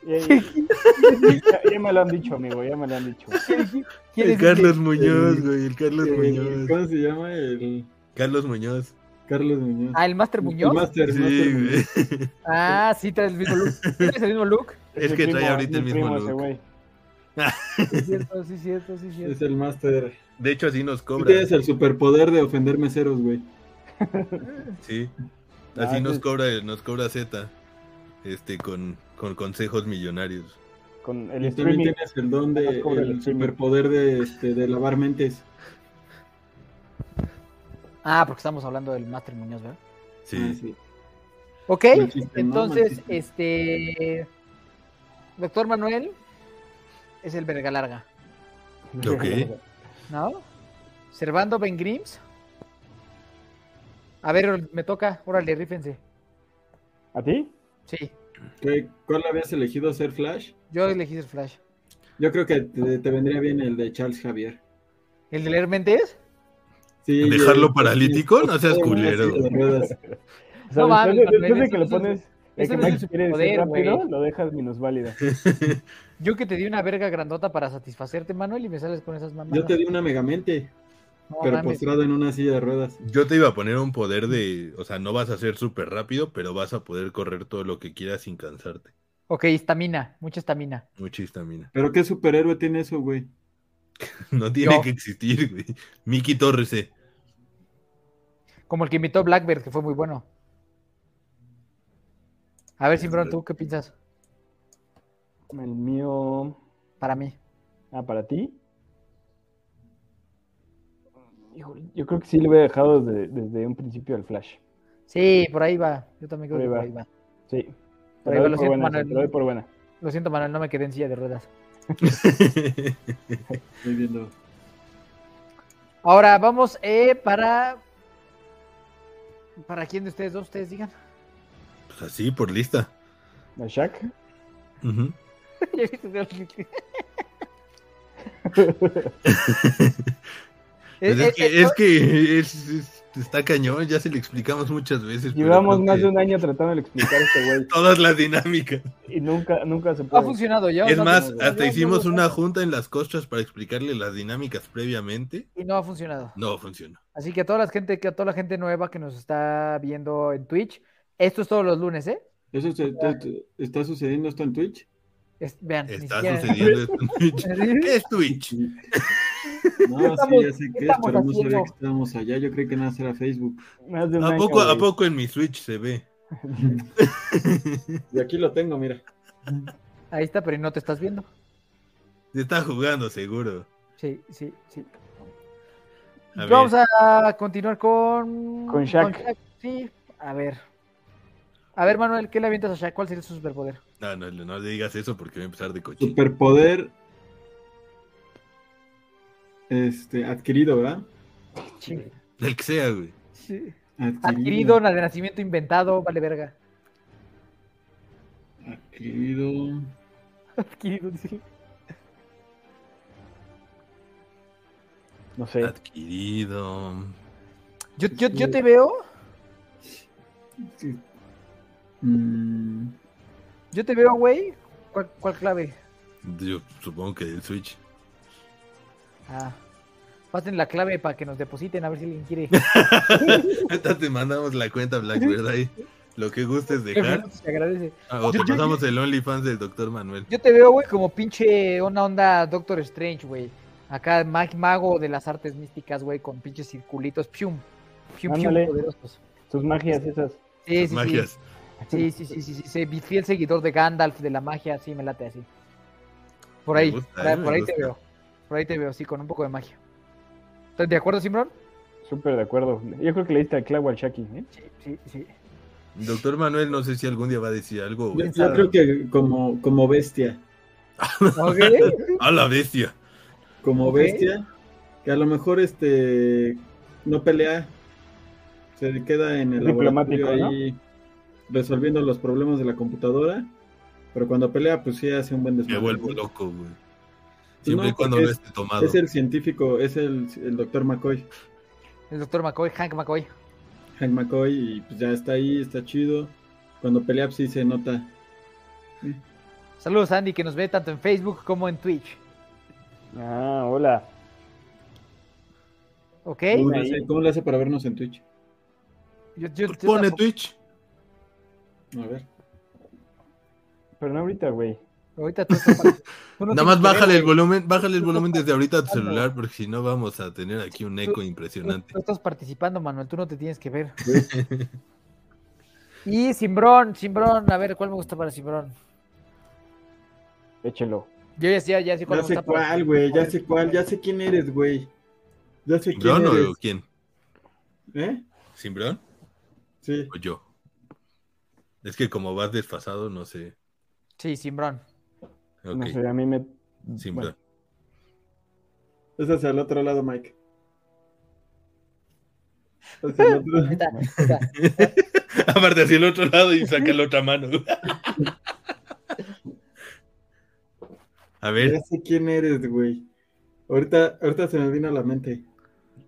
C: Ya, ya- ya- ya me lo han dicho, amigo, ya me lo han dicho.
E: El
B: ¿Quieres
E: Carlos Muñoz,
D: el-
E: güey, el Carlos
D: El-
E: Muñoz.
D: ¿Cómo se llama? El
E: Carlos Muñoz.
D: Carlos Muñoz.
B: Ah, el Master Muñoz.
D: El Master, el Master
E: Sí,
D: Muñoz.
E: güey.
B: Ah, sí, traes el mismo look. ¿Tienes el mismo look?
E: Es
C: mi
E: que
C: primo,
E: trae ahorita
C: mi
E: el mismo
C: primo ese
E: look.
C: güey.
B: Sí, cierto, sí, cierto, sí,
D: Es
B: cierto.
D: el Master.
E: De hecho, así nos
D: Tú
E: cobra.
D: tienes el superpoder de ofender meseros, güey.
E: Sí.
C: Ah,
E: Así nos
C: sí.
E: cobra, nos cobra Z. Este, con, con consejos millonarios.
C: Con el
D: Y también
C: streaming.
D: tienes el don de
C: Ah, cobra el
D: el
C: streaming.
D: superpoder de, este, de lavar mentes.
B: Ah, porque estamos hablando del Master Muñoz, ¿verdad?
D: Ah,
E: Sí.
D: sí.
B: Ok,
D: Mal chiste, ¿no?
B: entonces,
D: Mal chiste.
B: este. Doctor Manuel es el verga larga,
E: Ok.
B: ¿no? Servando Ben Grims. A ver, me toca, órale, rífense.
C: ¿A ti?
B: Sí,
D: ¿Qué- ¿Cuál habías elegido hacer Flash?
B: yo elegí el Flash.
D: Yo creo que te, te vendría bien el de Charles Javier.
B: ¿El de leer mentes?
D: Sí,
E: ¿Dejarlo
D: eh,
E: paralítico? No seas
D: todo en una
E: culero.
D: silla de ruedas.
C: O sea,
B: No mames,
C: después, de-
B: Manuel,
C: después de
B: eso no
C: que lo
B: es un-
C: pones, de
B: eso
C: que
B: no es
C: Max
B: un
C: quiere ser
B: superpoder,
C: rápido,
B: güey.
C: lo dejas minusválido.
B: Yo que te di una verga grandota para satisfacerte, Manuel, y me sales con esas mamadas.
D: Yo te di una megamente,
B: No
D: pero
B: mames.
D: postrado en una silla de ruedas.
E: Yo te iba a poner un poder de. O sea, no vas a ser súper rápido, pero vas a poder correr todo lo que quieras sin cansarte.
B: Ok, estamina, mucha estamina.
E: Mucha histamina.
D: ¿Pero qué superhéroe tiene eso, güey?
E: No tiene
B: Yo.
E: que existir, güey. Miki Torres, eh.
B: Como el que invitó Blackbird, que fue muy bueno. A ver, Simbrón, ¿tú qué piensas?
C: El mío.
B: Para mí.
C: Ah, para ti. Híjole, yo creo que sí lo había dejado desde, desde un principio al Flash.
B: Sí, por ahí va. Yo también creo
C: Por ahí
B: que por
C: va.
B: ahí va.
C: Sí. Te
B: Por ahí va, lo
C: la doy por
B: siento,
C: buena,
B: Manuel.
C: te la doy por buena.
B: Lo siento, Manuel, no me quedé en silla de ruedas.
E: Pues
D: Estoy viendo.
B: Ahora vamos eh, para. ¿Para quién de ustedes dos? Ustedes digan.
E: Pues así, por lista.
C: ¿A Shaq?
E: Ujú.
B: Ya viste, veo el clic. Es-
E: Pues es,
B: es-
E: que, es que es- es- está cañón, ya se le explicamos muchas veces. pero
C: Llevamos
E: creo
C: más
E: que
C: de un año tratando de explicar a este güey
E: Todas las dinámicas.
C: y nunca, nunca se
B: ha
C: puede.
B: funcionado ya.
E: Es
B: no
E: más,
B: tengo-
E: hasta
B: no,
E: hicimos
B: no, no,
E: una junta en las costas para explicarle las dinámicas previamente.
B: Y no ha funcionado.
E: No funcionó.
B: Así que a toda la gente, que a toda la gente nueva que nos está viendo en Twitch, esto es todos los lunes, ¿eh?
D: ¿Eso se- te- te- está sucediendo esto en Twitch?
B: Es- vean, ni
E: Está
B: siquiera-
E: sucediendo esto en Twitch. ¿Qué es Twitch?
D: No,
B: estamos-
D: sí, ya sé
B: qué
D: que es,
B: estamos
D: pero no sabía
B: haciendo?
D: que estábamos allá. Yo creí que nada era Facebook.
C: Más de un
E: ¿A
C: año,
E: poco, ¿A
C: güey.
E: poco en mi Switch se ve?
D: Y aquí lo tengo, mira.
B: Ahí está, pero no te estás viendo.
E: Se está jugando, seguro.
B: Sí, sí, sí.
E: A ver.
B: Vamos a continuar con.
C: Con Shaq.
B: Sí, a ver. A ver, Manuel, ¿qué le avientas a Shaq? ¿Cuál sería su superpoder?
E: No, no, no le digas eso porque voy a empezar de coche.
D: Superpoder. Este, adquirido, ¿verdad?
B: Sí.
E: El que sea, güey.
B: Sí.
D: Adquirido.
B: Adquirido, na- de nacimiento inventado, vale verga.
D: Adquirido.
B: Adquirido, sí.
C: No sé.
E: Adquirido.
B: Yo, yo, yo te veo,
D: Sí. Mm,
B: yo te veo, güey. ¿Cuál, cuál clave?
E: Yo supongo que el Switch.
B: Ah. Pasen la clave para que nos depositen, a ver si alguien quiere.
E: Ahorita te mandamos la cuenta Blackbird ahí. Lo que gustes dejar.
B: Se agradece.
E: Ah, o
B: Yo-
E: te
B: yo-
E: mandamos el OnlyFans del Dr. Manuel.
B: Yo te veo, güey, como pinche una onda Doctor Strange, güey. Acá mag- mago de las artes místicas, güey, con pinches circulitos, pium, pium, pium,
C: Ándale.
B: poderosos.
C: Sus magias esas.
B: Sí, sí, sí,
E: Magias.
B: sí, sí, sí, sí, sí, sí, vi- fiel seguidor de Gandalf, de la magia, sí, me late así. Por
E: Me
B: ahí,
E: gusta,
B: por
E: eh,
B: ahí,
E: me
B: por ahí te
E: gusta.
B: veo, por ahí te veo, sí, con un poco de magia. ¿Estás de acuerdo, Simbrón?
C: Súper de acuerdo. Yo creo que le diste al clavo al Shaq, ¿eh?
B: Sí, sí, sí.
E: Doctor Manuel, no sé si algún día va a decir algo.
D: yo,
E: güey.
D: yo creo que como, como bestia.
B: Ok,
E: A la bestia.
D: Como
B: Ok.
D: bestia. Que a lo mejor este no pelea. Se queda en el
C: Diplomático,
D: laboratorio ahí resolviendo los problemas de la computadora. Pero cuando pelea, pues sí hace un buen
E: Me
D: desmadre. Pues
E: vuelvo loco, güey. Siempre
D: No,
E: y cuando
D: porque
E: no
D: es-
E: esté tomado.
D: Es el científico, es el, el doctor McCoy.
B: el doctor McCoy, Hank McCoy.
D: Hank McCoy y pues ya está ahí, está chido. Cuando pelea pues, sí se nota.
B: Saludos, Andy, que nos ve tanto en Facebook como en Twitch.
C: Ah, hola.
B: ¿Ok?
D: ¿Cómo
C: ahí.
D: le, hace, cómo le hace para vernos en Twitch?
B: Yo, yo- yo
E: Pone
B: tampoco-
E: Twitch.
D: A ver.
C: Pero no ahorita, güey.
B: Ahorita tú estás para- tú no
E: Nada
B: tienes
E: más
B: que
E: bájale
B: ver,
E: el volumen, bájale el
B: Tú
E: volumen
B: estás
E: desde ahorita a tu
B: participando.
E: celular, porque si no vamos a tener aquí un eco
B: güey. Tú,
E: impresionante.
B: tú estás participando, Manuel, tú no te tienes que ver. y Simbrón, Simbrón, a ver, ¿cuál me gusta para Simbrón?
C: Échelo.
B: Yo ya sé, ya, sé cuál
D: Ya
B: me
D: sé
B: gusta para-
D: cuál, güey, ya sé cuál, ya sé quién eres, güey. Ya sé quién
E: ¿Simbrón o
D: eres.
E: quién?
D: ¿Eh?
E: ¿Simbrón
D: Sí.
E: o yo? Es que como vas desfasado, no sé.
B: Sí, Simbrón.
E: Ok,
C: No sé, a mí me.
E: Simbrón.
D: Es hacia el otro lado, Mike. Hacia el otro
B: Ahí está,
D: lado.
B: ahí está.
E: Aparte hacia el otro lado y saca la otra mano. A
D: Ya
E: ver,
D: sé quién eres, güey. Ahorita, ahorita se me vino a la mente.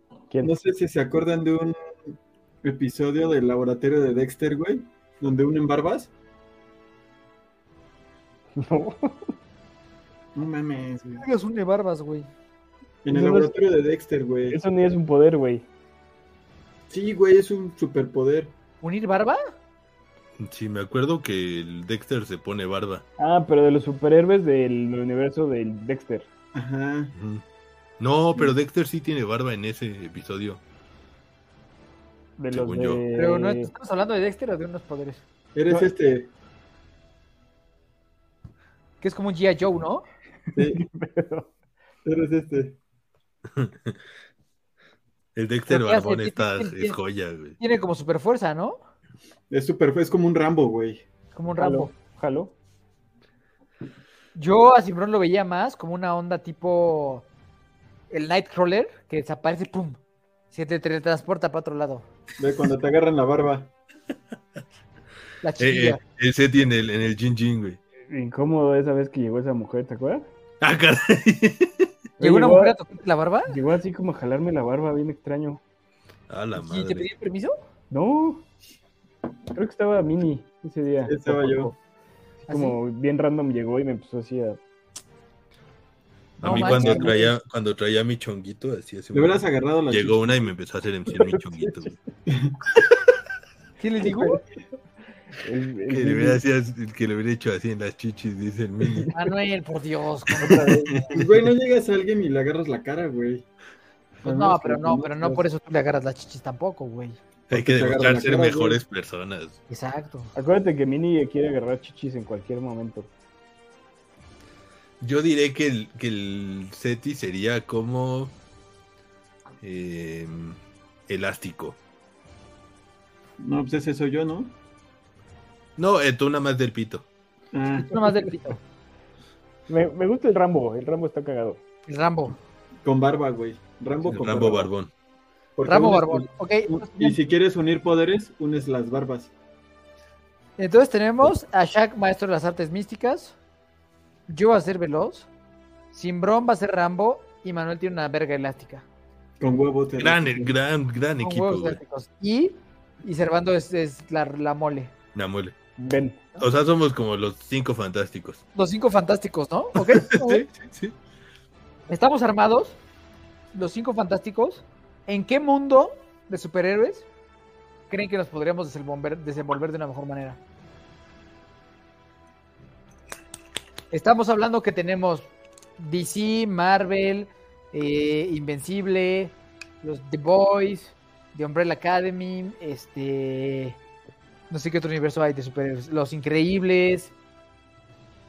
C: Bueno, ¿Quién?
D: No sé si se acuerdan de un episodio del laboratorio de Dexter, güey, donde unen barbas.
C: No.
D: No mames, güey.
B: Dios, une barbas, güey.
D: En el
C: No,
D: laboratorio de Dexter, güey.
C: Eso ni es un poder, güey.
D: Sí, güey, es un superpoder.
B: ¿Unir barba?
E: sí, me acuerdo que el Dexter se pone barba.
C: Ah, pero de los superhéroes del universo del Dexter.
D: Ajá.
E: Ujú. No, pero Dexter sí tiene barba en ese episodio.
C: De los
E: Según
C: de...
E: yo.
B: Pero no estamos hablando de Dexter o de unos poderes.
D: Eres
C: No.
D: este.
B: Que es como un G.I. Joe, ¿no?
D: sí,
C: pero-
D: eres este.
E: El Dexter
B: Pero, ¿qué hace?
E: Barbón
B: ¿Qué-
E: está,
B: qué- qué-
E: es joya, güey.
B: Tiene como super fuerza, ¿no?
D: Es super, es como un Rambo, güey.
B: Como un
C: Jaló,
B: Rambo.
C: jaló.
B: Yo a Simbrón lo veía más como una onda tipo el Nightcrawler que desaparece, ¡pum! Se te teletransporta para otro lado.
D: Ve cuando te agarran la barba.
B: La
E: Eh,
B: chiquilla.
E: eh, el Seti en el, en el Jin Jin, güey.
C: Incómodo esa vez que llegó esa mujer, ¿te acuerdas?
E: Ah, caray.
B: Llegó una
C: Llegó-
B: mujer a tocarte la barba
C: Llegó así como a jalarme la barba, bien extraño.
E: A la
B: y te
E: madre.
B: pidió permiso.
C: No, creo que estaba Mini ese día.
D: Estaba yo.
C: Así como
B: ¿Ah,
C: bien random llegó y me empezó así a...
E: A
B: No
E: mí
B: manches,
E: cuando
B: no.
E: traía, cuando traía mi chonguito, así hace
D: Le hubieras agarrado la
E: Llegó una y me empezó a hacer MC en mi chonguito, güey.
B: ¿Qué les digo?
C: el- el
E: Que
C: Mini.
E: le hubiera, hacías- que le hubiera hecho así en las chichis, dice el mini.
B: Manuel, por Dios. ¿cómo?
D: Pues, Güey, no llegas a alguien y le agarras la cara, güey.
B: Pues
D: Al
B: no,
D: menos
B: pero
D: que
B: no, pero no
D: conozcas.
B: por eso tú le agarras las chichis tampoco, güey.
E: Hay que
D: te agarran
E: demostrar
D: la
E: ser
D: cara, güey.
E: mejores personas.
B: Exacto.
C: Acuérdate que Mini quiere agarrar chichis en cualquier momento.
E: Yo diré que el, que el SETI sería como eh, elástico.
D: No, pues ese soy yo, ¿no?
E: No, eh, tú nada más del pito.
D: Ah,
B: Uno más del pito.
C: Me, me gusta el Rambo, el Rambo está cagado.
B: El Rambo.
D: con barba, güey. Rambo con
E: Rambo
D: barba.
E: Barbón.
D: Porque
B: Rambo
D: unes-
B: Barbón. Ok. pues,
D: Y si quieres unir poderes, unes las barbas.
B: Entonces tenemos a Shaq, maestro de las artes místicas. Yo va a ser veloz. Simbrón va a ser Rambo. Y Manuel tiene una verga elástica.
D: Con huevos. de
E: Gran,
D: ricos.
E: gran, gran
B: Con
E: equipo,
B: huevos
E: güey.
B: elásticos. Y, y Servando es, es la, la mole.
E: Namuele.
C: Ven,
E: O sea, somos como los cinco fantásticos.
B: Los cinco fantásticos, ¿no? Ok. ok.
E: Sí, sí, sí.
B: Estamos armados. Los cinco fantásticos. ¿En qué mundo de superhéroes creen que nos podríamos desenvolver, desenvolver de una mejor manera? Estamos hablando que tenemos DC, Marvel, eh, Invencible, los The Boys, The Umbrella Academy, este. No sé qué otro universo hay de superhéroes. Los Increíbles.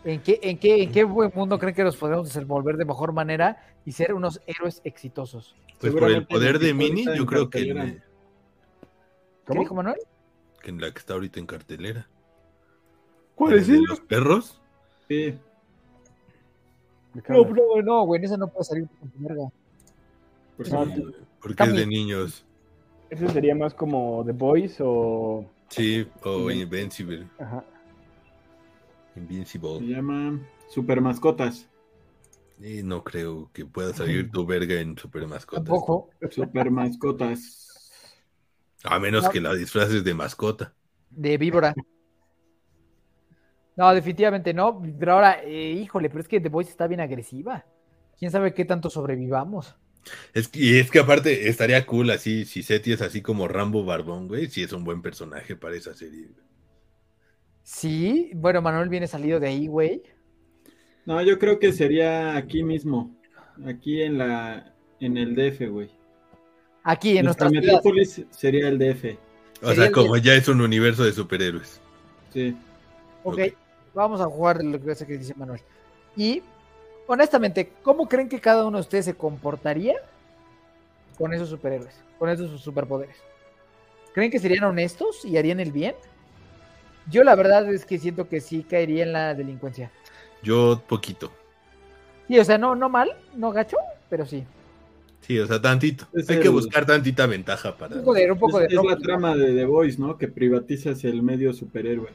B: ¿En qué, en, qué, ¿En qué buen mundo creen que nos podemos desenvolver de mejor manera y ser unos héroes exitosos?
E: Pues por el
D: Seguramente
E: poder
D: el
E: de
D: equipo
E: Mini,
D: ahorita
E: yo
D: en
E: creo que en,
D: cartelera.
E: eh,
B: ¿Qué dijo Manuel?
E: que en la que está ahorita en cartelera.
C: ¿Cuál
E: ¿El de los perros?
D: Sí.
C: Me cago
B: No,
C: en la-
B: no, no, güey, en esa no puede salir con tu verga.
D: Porque
C: Ah,
E: Sí,
C: tú-
E: güey, eh, Porque es
B: Cami.
E: de niños.
C: Ese sería más como The Boys o...
E: Sí, o
C: Ujú.
E: Invincible.
C: Ajá.
D: se
E: Invincible.
D: llama Super Mascotas.
E: Y no creo que pueda salir tu verga en Super Mascotas.
B: Tampoco.
D: Super Mascotas.
E: A menos
B: No.
E: que la disfraces de mascota.
B: De víbora. No, definitivamente no. Pero ahora, eh, híjole, pero es que The Voice está bien agresiva. ¿Quién sabe qué tanto sobrevivamos?
E: Es que, y es que aparte estaría cool así, si Seti es así como Rambo Barbón, güey, si es un buen personaje para esa serie. güey.
B: Sí, bueno, Manuel viene salido de ahí, güey.
D: No, yo creo que sería aquí mismo. Aquí en la en el DF, güey.
B: Aquí, en
D: Nuestra
B: nuestras ciudades.
D: metrópolis sería el DF.
E: O
B: Sería
E: sea,
B: el-
E: como ya es un universo de superhéroes.
D: Sí.
B: Ok,
E: Ok.
B: vamos a jugar lo que que dice Manuel. Y, honestamente, ¿cómo creen que cada uno de ustedes se comportaría con esos superhéroes, con esos superpoderes? ¿Creen que serían honestos y harían el bien? Yo la verdad es que siento que sí caería en la delincuencia.
E: Yo poquito.
B: Sí, o sea, no, no mal, no gacho, pero sí.
E: Sí, o sea, tantito.
D: Es
E: Hay que
D: el-
E: buscar tantita ventaja para...
B: Un poco de, un poco de
D: Es, es la
B: rock.
D: trama de The Voice, ¿no? Que privatizas el medio superhéroe.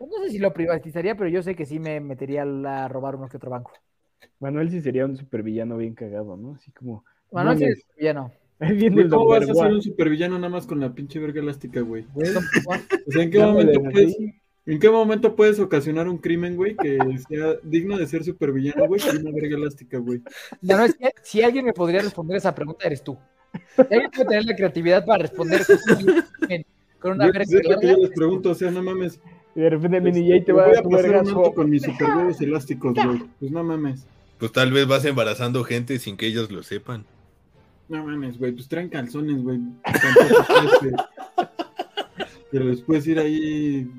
B: No sé si lo privatizaría, pero yo sé que sí me metería a robar uno que otro banco.
C: Manuel sí sería un supervillano bien cagado, ¿no? Así como...
B: Manuel sí
C: Mames.
B: es villano.
C: Ahí viene
D: Güey,
C: el
D: ¿Cómo
C: Dr.
D: vas a ser
C: Guas.
D: un supervillano nada más con la pinche verga elástica, güey? O sea, ¿en qué
C: Dándole
D: momento
C: así.
D: puedes, en qué momento puedes ocasionar un crimen, güey, que sea digno de ser supervillano, güey, con una verga elástica, güey?
B: Manuel, si, si alguien me podría responder esa pregunta, eres tú. Si alguien puede tener la creatividad para responder con una
D: Güey,
B: verga
D: pues es lo que
B: larga,
D: yo les pregunto, o sea, no mames.
C: Y de repente
D: Este,
C: Mini Jay te va
D: voy
C: a
D: a
C: tu
D: pasar un
C: vergazo.
D: alto con mis superhuevos elásticos, güey. Pues no mames.
E: Pues tal vez vas embarazando gente sin que ellos lo sepan.
D: No mames, güey, pues traen calzones, güey. Tampoco puedes que, este, que los puedes ir ahí.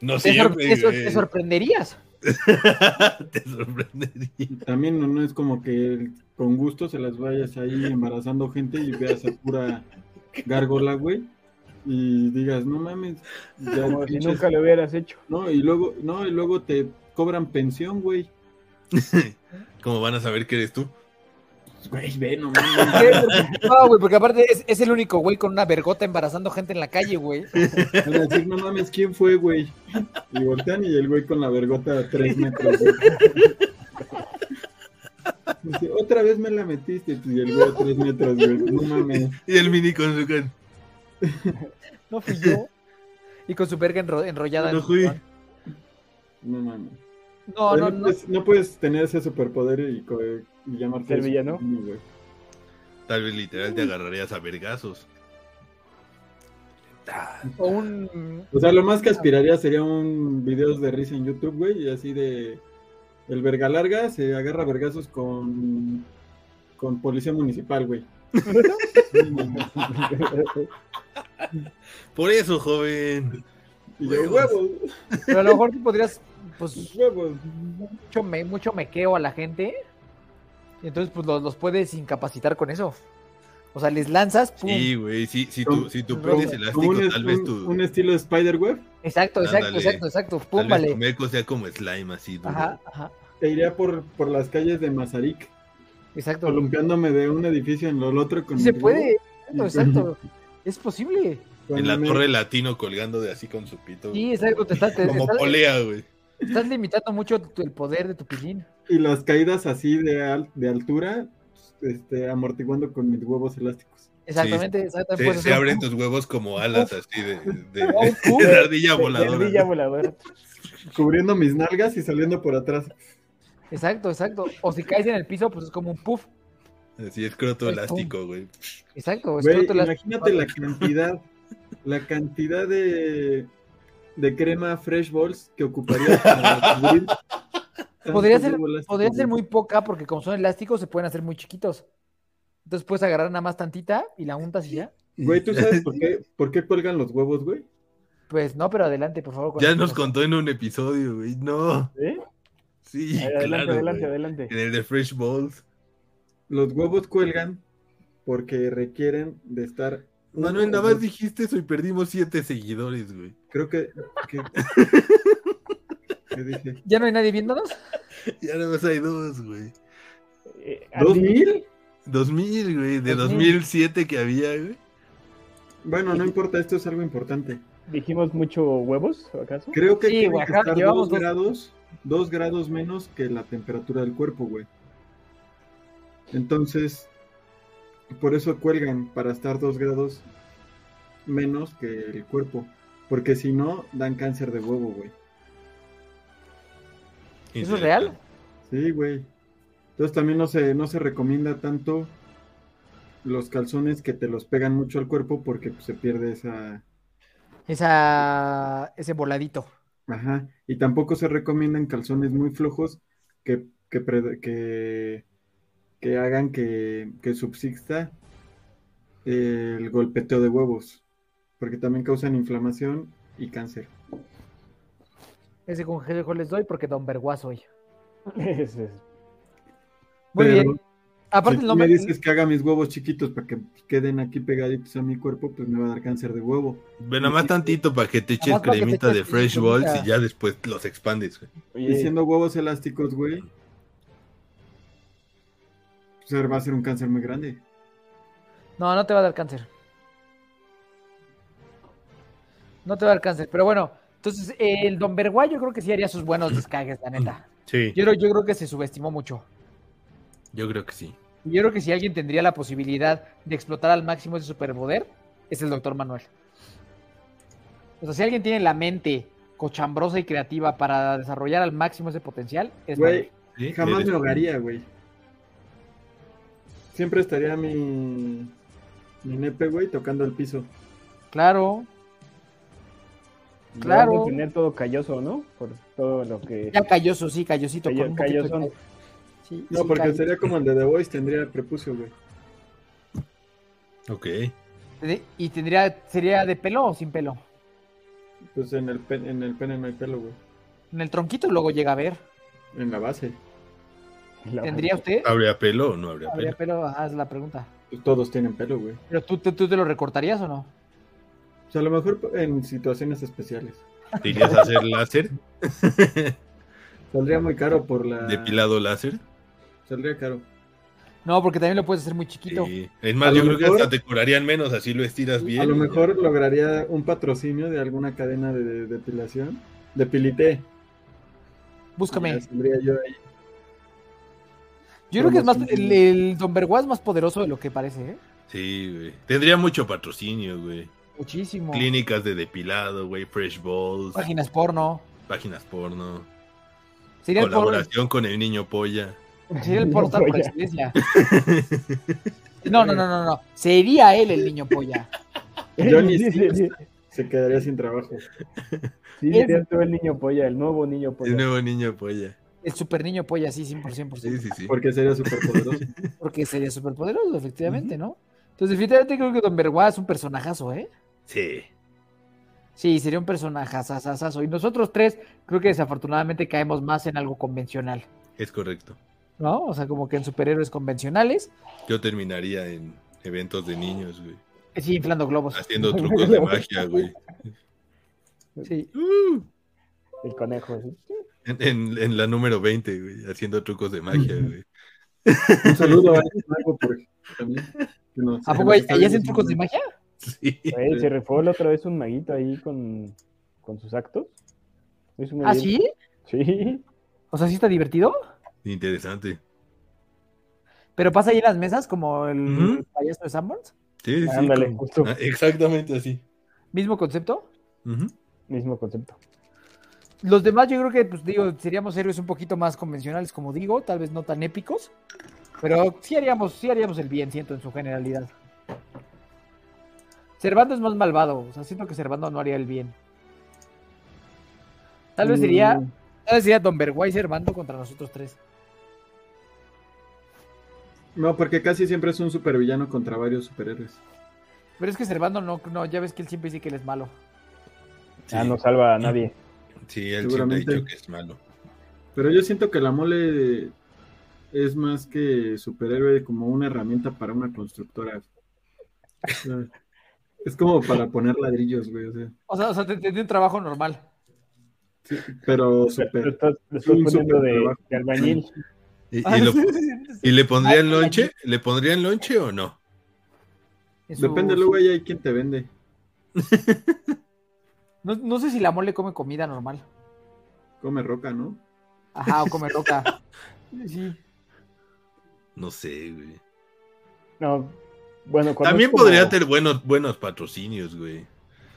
E: No
B: Te, sor-
E: siempre,
B: te sor-
E: güey.
B: te sorprenderías.
E: Te sorprendería.
D: También no, no es como que con gusto se las vayas ahí embarazando gente y veas a pura gárgola, güey. Y digas, no mames. ya
C: Como si
D: pinches-
C: nunca lo hubieras hecho.
D: No, y luego, no, y luego te cobran pensión, güey.
E: ¿Cómo van a saber que eres tú?
D: Güey, ve, no
B: ¿Qué?
D: mames.
B: No, güey, porque aparte es, es el único güey con una vergota embarazando gente en la calle, güey.
D: Van a decir, no mames, ¿quién fue, güey? Y voltean y el güey con la vergota a tres metros, güey. Dice, otra vez me la metiste, pues, y el güey a tres metros, güey. No mames.
E: Y el mini con su can.
B: No fui yo. Y con su verga enro- enrollada. en
E: No
B: su
E: fui.
B: pan.
D: No mames.
B: No, no,
D: Pero
B: no.
D: puedes- no puedes tener ese superpoder y, co- y llamarte.
C: Ser villano.
D: superhumano, güey.
E: Tal vez literal te agarrarías a vergazos.
B: O un.
D: O sea, lo más que aspiraría sería un videos de risa en YouTube, güey, y así de. El verga larga se agarra a vergazos con. con policía municipal, güey.
E: Por eso, joven.
D: Y yo, huevos,
B: Pero a lo mejor tú podrías, pues,
D: huevos.
B: mucho, me, mucho mequeo a la gente. Y entonces, pues, los, los puedes incapacitar con eso. O sea, les lanzas, pum.
E: Sí, güey. Si, si, tu, si tu
B: Como-
E: pene es
D: Como
E: elástico,
D: un,
E: tal vez
D: un-
E: tu,
D: un estilo Spider-Web,
B: Exacto, exacto,
E: Ándale.
B: exacto, exacto. Pum,
E: tal vez
B: vale.
E: tu meco sea como slime, así duro.
B: Ajá, ajá.
D: te iría por, por las calles de Mazarik,
B: Exacto.
D: columpiándome de un edificio en el otro con
B: Sí se
D: mi-
B: puede.
D: Y-
B: Exacto, exacto. Es posible.
D: con
E: En la
D: mi-
E: torre latino colgando de así con su pito.
B: Sí, exacto. Te estás, te- te
E: como
B: estás-
E: polea, güey.
B: estás limitando mucho tu- el poder de tu pillín.
D: Y las caídas así de, al- de altura, este, amortiguando con mis huevos elásticos.
B: Exactamente, exactamente.
E: Se,
B: puedes
E: se
B: hacer
E: abren
B: pum,
E: tus huevos como alas así de, de,
B: o un pum.
E: de ardilla
C: De- de ardilla
E: voladora.
C: voladora.
D: Cubriendo mis nalgas y saliendo por atrás.
B: Exacto, exacto. O si caes en el piso, pues es como un puff.
E: Así es croto
B: Pum.
E: elástico, güey.
B: Exacto. es
D: Güey,
B: croto- Pues las-
D: imagínate la cantidad, la cantidad de, de crema Fresh Balls que ocuparía para cubrir tanto
B: Podría ser-
D: huevo elástico,
B: Podría ser
D: güey.
B: muy poca porque como son elásticos se pueden hacer muy chiquitos. Entonces puedes agarrar nada más tantita y la untas y ya.
D: Güey, ¿tú sabes por qué, por qué cuelgan los huevos, güey?
B: Pues no, pero adelante, por favor. con
E: Ya
B: esto.
E: nos contó en un episodio, güey. No.
C: ¿Eh?
E: Sí,
C: Adelante,
E: claro.
C: adelante,
E: güey.
C: adelante.
E: En el de Fresh Balls.
D: Los huevos cuelgan porque requieren de estar.
E: Manuel, nada más dijiste eso y perdimos siete seguidores, güey.
D: Creo que. que- ¿Qué dije?
B: ¿Ya no hay nadie viéndonos?
E: Ya nada más hay dos, güey.
C: Eh,
D: ¿Dos
C: Andy,
D: mil?
E: 2000, güey. De
B: 2000.
E: 2007 que había, güey.
D: Bueno, no importa, esto es algo importante.
C: ¿Dijimos mucho huevos, acaso?
D: Creo que
B: Sí,
D: tiene
B: güey,
D: que
B: ajá,
D: estar
B: llevamos
D: dos
B: dos-
D: grados, dos grados menos que la temperatura del cuerpo, güey. Entonces, por eso cuelgan, para estar dos grados menos que el cuerpo. Porque si no, dan cáncer de huevo, güey.
B: ¿Eso es real?
D: Sí, güey. Entonces también no se, no se recomienda tanto los calzones que te los pegan mucho al cuerpo porque pues, se pierde esa...
B: Esa... Ese voladito.
D: Ajá. Y tampoco se recomiendan calzones muy flojos que, que, pre- que, que hagan que, que subsista el golpeteo de huevos. Porque también causan inflamación y cáncer.
B: Ese consejo les doy porque Don Verguas soy.
C: Ese es-
B: Muy
D: Pero
B: bien. Aparte
D: si
B: el
D: tú
B: nombre...
D: me dices que haga mis huevos chiquitos para que queden aquí pegaditos a mi cuerpo, pues me va a dar cáncer de huevo.
E: Bueno, nada más tantito para que te eches
B: Nada más para que te
E: cremita de
B: eches
E: Fresh
B: cremita.
E: Balls y ya después los expandes, güey.
C: Oye,
D: Diciendo huevos elásticos, güey. O sea, va a ser un cáncer muy grande.
B: No, no te va a dar cáncer. No te va a dar cáncer. Pero bueno, entonces eh, el Don Verguas yo creo que sí haría sus buenos descagues, la neta.
E: Sí,
B: Yo, creo- yo creo que se subestimó mucho.
E: yo creo que sí.
B: Yo creo que si alguien tendría la posibilidad de explotar al máximo ese superpoder, es el doctor Manuel. O sea, si alguien tiene la mente cochambrosa y creativa para desarrollar al máximo ese potencial, es
D: Güey,
B: Manuel.
E: Sí,
D: jamás
E: eres-
D: me ahogaría, güey. Siempre estaría mi. Mi nepe, güey, tocando el piso.
B: Claro.
C: lo
B: claro.
C: han de tener todo calloso, ¿no? Por todo lo que...
B: Ya calloso, sí, callosito.
C: Callo-
B: con un poquito de
C: callosón.
B: callo. Sí,
D: No,
B: sí,
D: porque
B: cambia.
D: sería como el de The Voice, tendría prepucio, güey.
E: Ok.
B: De- Y tendría, sería de pelo o sin pelo.
D: Pues en el, pen, en el pene no hay pelo, güey.
B: En el tronquito luego llega a ver.
D: En la base.
C: La-
B: ¿Tendría usted?
E: ¿Habría pelo o no habría
B: Habría
E: pelo?
B: pelo, ajá, es la pregunta.
D: Pues todos tienen pelo, güey.
B: Pero tú, tú, tú te lo recortarías o no?
D: O sea, a lo mejor en situaciones especiales.
E: ¿Te irías a hacer láser?
D: Saldría muy caro por
E: Ah.
D: la...
E: ¿Depilado láser?
D: Saldría caro.
B: No, porque también lo puedes hacer muy chiquito.
E: Sí. Es más,
D: A
E: yo
D: lo
E: creo que
D: mejor-
E: hasta te curarían menos, así lo estiras bien.
D: a lo
E: y ya.
D: mejor lograría un patrocinio de alguna cadena de, de- depilación. Depilité.
B: Búscame.
D: Ya saldría yo ahí.
B: Yo creo que es más,
D: Promoción.
B: el, el Don Berguá es más poderoso de lo que parece, ¿eh?
E: Sí, güey. Tendría mucho patrocinio, güey.
B: Muchísimo.
E: Clínicas de depilado, güey. Fresh balls.
B: Páginas porno.
E: Páginas porno.
B: Sería el, por,
E: colaboración con el niño polla.
B: sería el
C: No,
B: portal por
C: polla.
B: excelencia. No, no, no, no, no. Sería él el niño polla.
D: Johnny
C: Sí, sí, sí.
D: Se quedaría sin trabajo.
C: Sí,
B: Es-
C: serías tú el niño polla, el nuevo niño
E: El
C: polla.
E: nuevo niño polla.
B: El super niño polla, sí, 100%.
E: Sí, sí, sí.
D: Porque sería súper poderoso.
B: Porque sería súper poderoso, efectivamente, ¿no? Entonces, definitivamente creo que Don Berguá es un personajazo, ¿eh?
E: Sí.
B: Sí, sería un personajazazazazo. Y nosotros tres, creo que desafortunadamente caemos más en algo convencional,
E: Es correcto.
B: ¿no? O sea, como que en superhéroes convencionales,
E: Yo terminaría en eventos de niños, güey.
B: eh, sí, inflando globos.
E: Haciendo trucos de magia, güey.
B: Sí.
E: Uh,
C: El conejo, sí.
E: En, en- en la número 20, güey. Haciendo trucos de magia, güey.
D: Un saludo a Alex Mago, por ejemplo, también, que nos-
B: ¿A
D: que
B: poco
D: nos
B: ahí-
D: está
B: ahí hacen
D: viendo.
B: trucos de magia?
E: Sí.
C: Güey, se rifó la otra vez un maguito ahí con, con sus actos. Es un
B: ¿Ah,
C: maguito.
B: sí?
C: Sí.
B: O sea, sí está divertido.
E: Interesante.
B: Pero pasa ahí en las mesas, como el
E: Ujú.
B: payaso de Sanborns.
E: Sí, sí.
C: Ándale,
E: como-
C: justo.
E: Ah, exactamente así.
B: Mismo concepto.
E: Ujú.
C: Mismo concepto.
B: Los demás, yo creo que, pues digo, seríamos héroes un poquito más convencionales, como digo, tal vez no tan épicos. Pero sí haríamos, sí haríamos el bien, siento, en su generalidad. Cervando es más malvado, o sea, siento que Cervando no haría el bien. Tal vez sería,
D: Mm,
B: tal vez sería Don Berguay Cervando contra nosotros tres.
D: No, porque casi siempre es un supervillano contra varios superhéroes.
B: Pero es que Cervando no, no, ya ves que él siempre dice que él es malo.
E: Sí.
C: Ah, no salva a nadie.
E: Sí, él siempre ha
D: Seguramente.
E: dicho que es malo.
D: Pero yo siento que la mole es más que superhéroe, como una herramienta para una constructora. O sea, Es como para poner ladrillos, güey. o sea,
B: O sea, o sea, te- te- tiene un trabajo normal.
D: sí, pero
C: Lo
D: super.
C: estás, lo estás
D: Un
C: poniendo
D: súper
C: de,
D: trabajo.
C: de albañil.
E: ¿Y,
C: Ah,
E: y lo- y le pondrían lonche? ¿Le pondrían lonche o no?
B: En su-
D: Depende luego ahí hay quien te vende.
B: No, no sé si la mole come comida normal.
D: Come roca, ¿no?
B: Ajá, o come roca. Sí.
E: No sé, güey.
C: No. Bueno, cuando
E: También
C: es como-
E: podría tener buenos, buenos patrocinios, güey.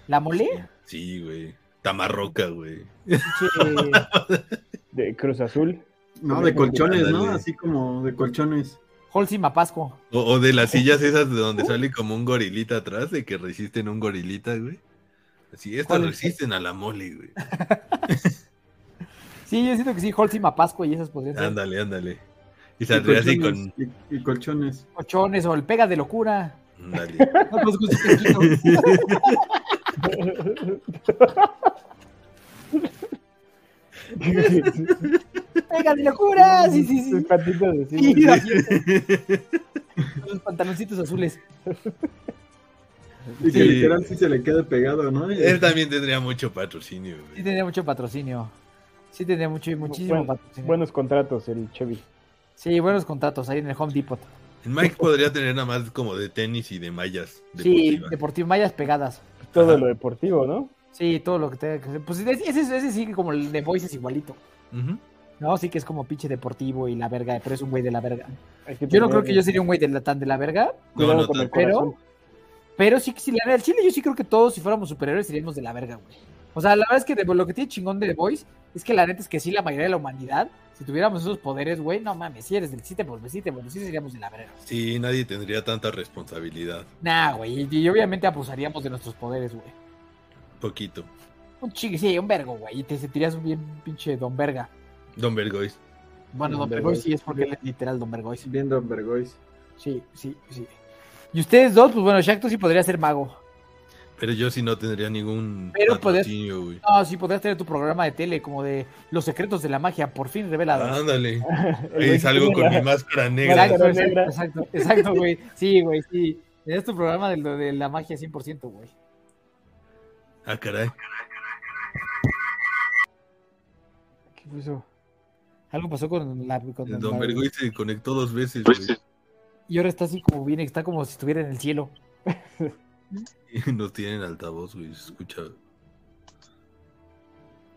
B: ¿La mole?
E: Sí, güey. Tamarroca, güey.
B: Pinche-
C: De Cruz Azul.
D: No, de colchones, ¿no?
E: Ándale.
D: Así como de colchones.
B: Holcim Mapasco.
E: O, o de
C: Oh.
E: las sillas esas de donde sale como un gorilita atrás, de que resisten un gorilita, güey. Así, estas
B: ¿Cuál es?
E: resisten a la mole, güey.
B: Sí, yo siento que sí, Holcim Mapasco y esas podrían ser.
E: Ándale, ándale. Y
D: Y
E: saldría
C: pues,
E: así
D: colchones,
E: con.
D: y- y colchones.
B: Cochones o el pega de locura.
E: Ándale.
B: No, pues, justo que quito. pega de locura. Ah, Sí, sí,
C: Sus
B: sí.
C: patitas de
B: Sí,
C: cine.
B: así es. Los pantaloncitos azules.
D: Y que
E: Sí.
D: literal sí se le quede pegado, ¿no? Y-
E: Él también tendría mucho patrocinio,
B: Sí
E: güey.
B: tenía mucho patrocinio. Sí tenía mucho, muchísimo
C: Bueno,
B: patrocinio.
C: Buenos contratos, el Chevy.
B: Sí, buenos contratos ahí en el Home Depot.
E: En Mike podría tener nada más como de tenis y de mallas
B: Sí,
E: deportivas.
B: deportivo, mallas pegadas.
C: Todo
E: Ajá.
C: lo deportivo, ¿no?
B: Sí, todo lo que tenga que hacer. Pues ese, ese, ese sí que como el de Voice es igualito.
E: Ujú.
B: No, sí que es como pinche deportivo y la verga, pero es un güey de la verga.
C: Hay que
B: Yo no
C: tener
B: creo que yo sería un güey de la, tan de la verga,
E: No,
C: cuidado
E: no,
C: con el
E: tanto.
B: pero-
C: corazón.
B: pero sí que si le gana el Chile, yo sí creo que todos, si fuéramos superhéroes, seríamos de la verga, güey. O sea, la verdad es que de- lo que tiene chingón de The Voice es que la neta es que sí, la mayoría de la humanidad, si tuviéramos esos poderes, güey, no mames, si eres del 7 por 7 por sí seríamos de la verga.
E: Sí, nadie tendría tanta responsabilidad.
B: Nah, güey, y, y obviamente abusaríamos de nuestros poderes, güey.
E: Poquito.
B: Un chingue, sí, un vergo, güey, y te sentirías un bien pinche don verga.
E: Don Bergois.
B: Bueno, Don Bergoy sí es porque él es literal Don Bergoy. sí.
F: Viendo a Bergois.
B: Sí, sí, sí. Y ustedes dos, pues bueno, Shacto sí podría ser mago.
E: Pero yo sí no tendría ningún
B: Pero podrías-
E: patrocinio, güey.
B: No, sí podrías tener tu programa de tele como de Los secretos de la magia, por fin
E: Ah,
B: revelados.
E: Ándale.
C: Ah, El
E: Ahí
C: güey
E: salgo
C: que
E: con
C: tiene
E: mi máscara negra.
B: Exacto,
C: Máscara
B: exacto,
C: negra.
B: exacto, exacto, güey. Sí, güey, sí. Es tu programa de, lo de la magia 100%, güey.
E: Ah, caray.
C: la- ¿Qué fue eso?
B: Algo pasó con la... Con
E: El
B: la-
E: Don Bergoy se conectó dos veces,
D: Pues
E: güey.
B: Y ahora está así como bien, está como si estuviera en el cielo.
E: Y Nos tienen altavoz, güey. Se escucha.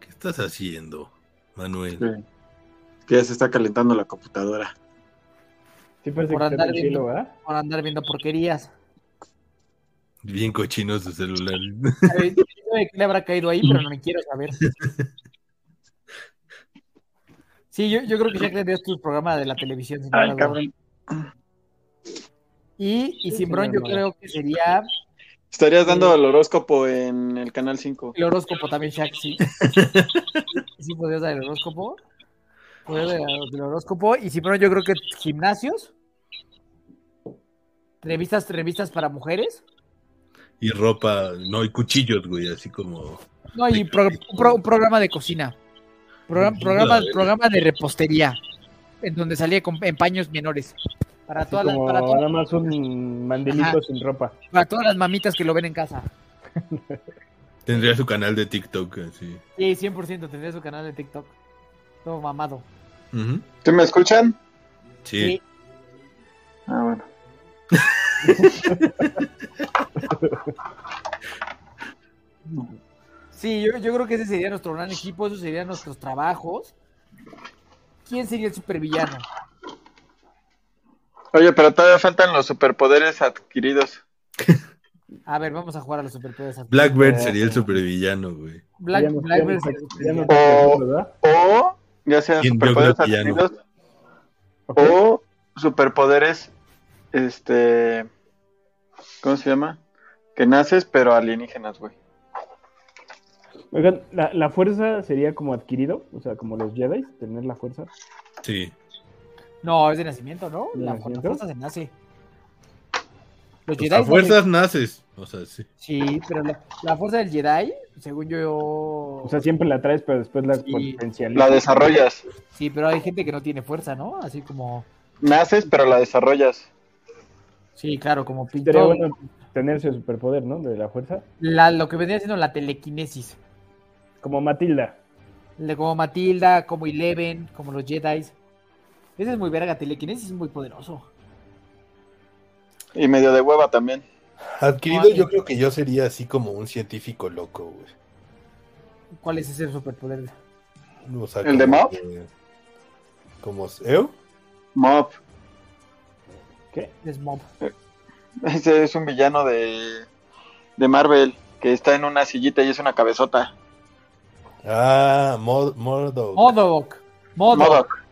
E: ¿Qué estás haciendo, Manuel?
D: Sí. Que ya se está calentando la computadora.
C: Sí parece
B: Por
C: que está
B: andar
C: en el
B: viendo.
C: cielo, ¿verdad?
B: Por andar viendo porquerías.
E: Bien cochino su celular.
B: A ver, ¿quién sabe qué le habrá caído ahí, pero no me quiero saber. Sí, yo, yo creo que ya tendrías tu programa de la televisión. sin
D: Ay,
B: ninguna duda.
D: cabrón.
B: Y, y Simbrón, yo
C: señor, no.
B: creo que sería
D: Estarías dando el horóscopo en el canal 5.
B: el horóscopo también, Shaq, sí. Sí, podrías dar el horóscopo. Podrías dar el horóscopo. Y Simbrón, yo creo que gimnasios. Revistas, revistas para mujeres.
E: Y ropa, no, y cuchillos, güey, así como.
B: No, y pro- pro- un programa de cocina. Progra- programa, programa de repostería. En donde salía con, en paños menores. Para
C: Así
B: todas, las,
C: como
B: para, todas,
C: nada más un mandelito
B: Ajá.
C: sin ropa.
B: para todas las mamitas que lo ven en casa.
E: Tendría su canal de TikTok, así.
B: Sí, 100% tendría su canal de TikTok. Todo mamado.
E: Ujú.
D: ¿Tú me escuchan?
E: Sí.
D: Ah, bueno.
B: Sí, yo, yo creo que ese sería nuestro gran equipo. Esos serían nuestros trabajos. ¿Quién sería el supervillano?
D: Oye, pero todavía faltan los superpoderes adquiridos.
B: A ver, vamos a jugar a los superpoderes.
E: Blackbird sería el supervillano, güey.
B: Black,
C: Ya no-
B: Black
C: ya no-
B: Bear sería el
C: ya no-
B: supervillano.
D: Oh.
C: ¿verdad?
D: O, ya sea
E: Yo
D: superpoderes
E: creo que ya no.
D: adquiridos,
C: Ok.
D: o superpoderes, este, ¿cómo se llama? Que naces, pero alienígenas, güey.
C: Oigan, la, la fuerza sería como adquirido, o sea, como los Jedi, tener la fuerza.
E: Sí.
B: No, es de nacimiento, ¿no?
C: ¿De
B: La
C: nacimiento?
B: fuerza se nace. Los
E: Pues
B: Jedi.
E: a
B: no-
E: fuerzas naces. O sea, sí.
B: Sí, pero la, la fuerza del Jedi, según yo.
C: O sea, siempre la traes, pero después la
B: Sí.
D: La
C: potencializas.
D: desarrollas.
B: Sí, pero hay gente que no tiene fuerza, ¿no? Así como.
D: Naces, pero la desarrollas.
B: Sí, claro, como
C: Sería
B: pintor.
C: bueno tener ese superpoder, ¿no? De la fuerza.
B: La- lo que vendría siendo la telequinesis.
C: Como Matilda.
B: Le- Como Matilda, como Eleven, como los Jedi. Ese es muy verga, telequinesis es muy poderoso.
D: Y medio de hueva también.
E: Adquirido, yo creo que yo sería así como un científico loco, güey.
B: ¿Cuál es ese superpoder?
E: O sea,
D: ¿El
E: como
D: de Mao?
E: que- Como. ¿Eh?
D: Mob.
C: ¿Qué?
B: Es mob.
D: Ese es un villano de, de Marvel que está en una sillita y es una cabezota.
E: Ah, Mod- Mordor.
B: Modok. Modok.
D: Modok.
G: Ah.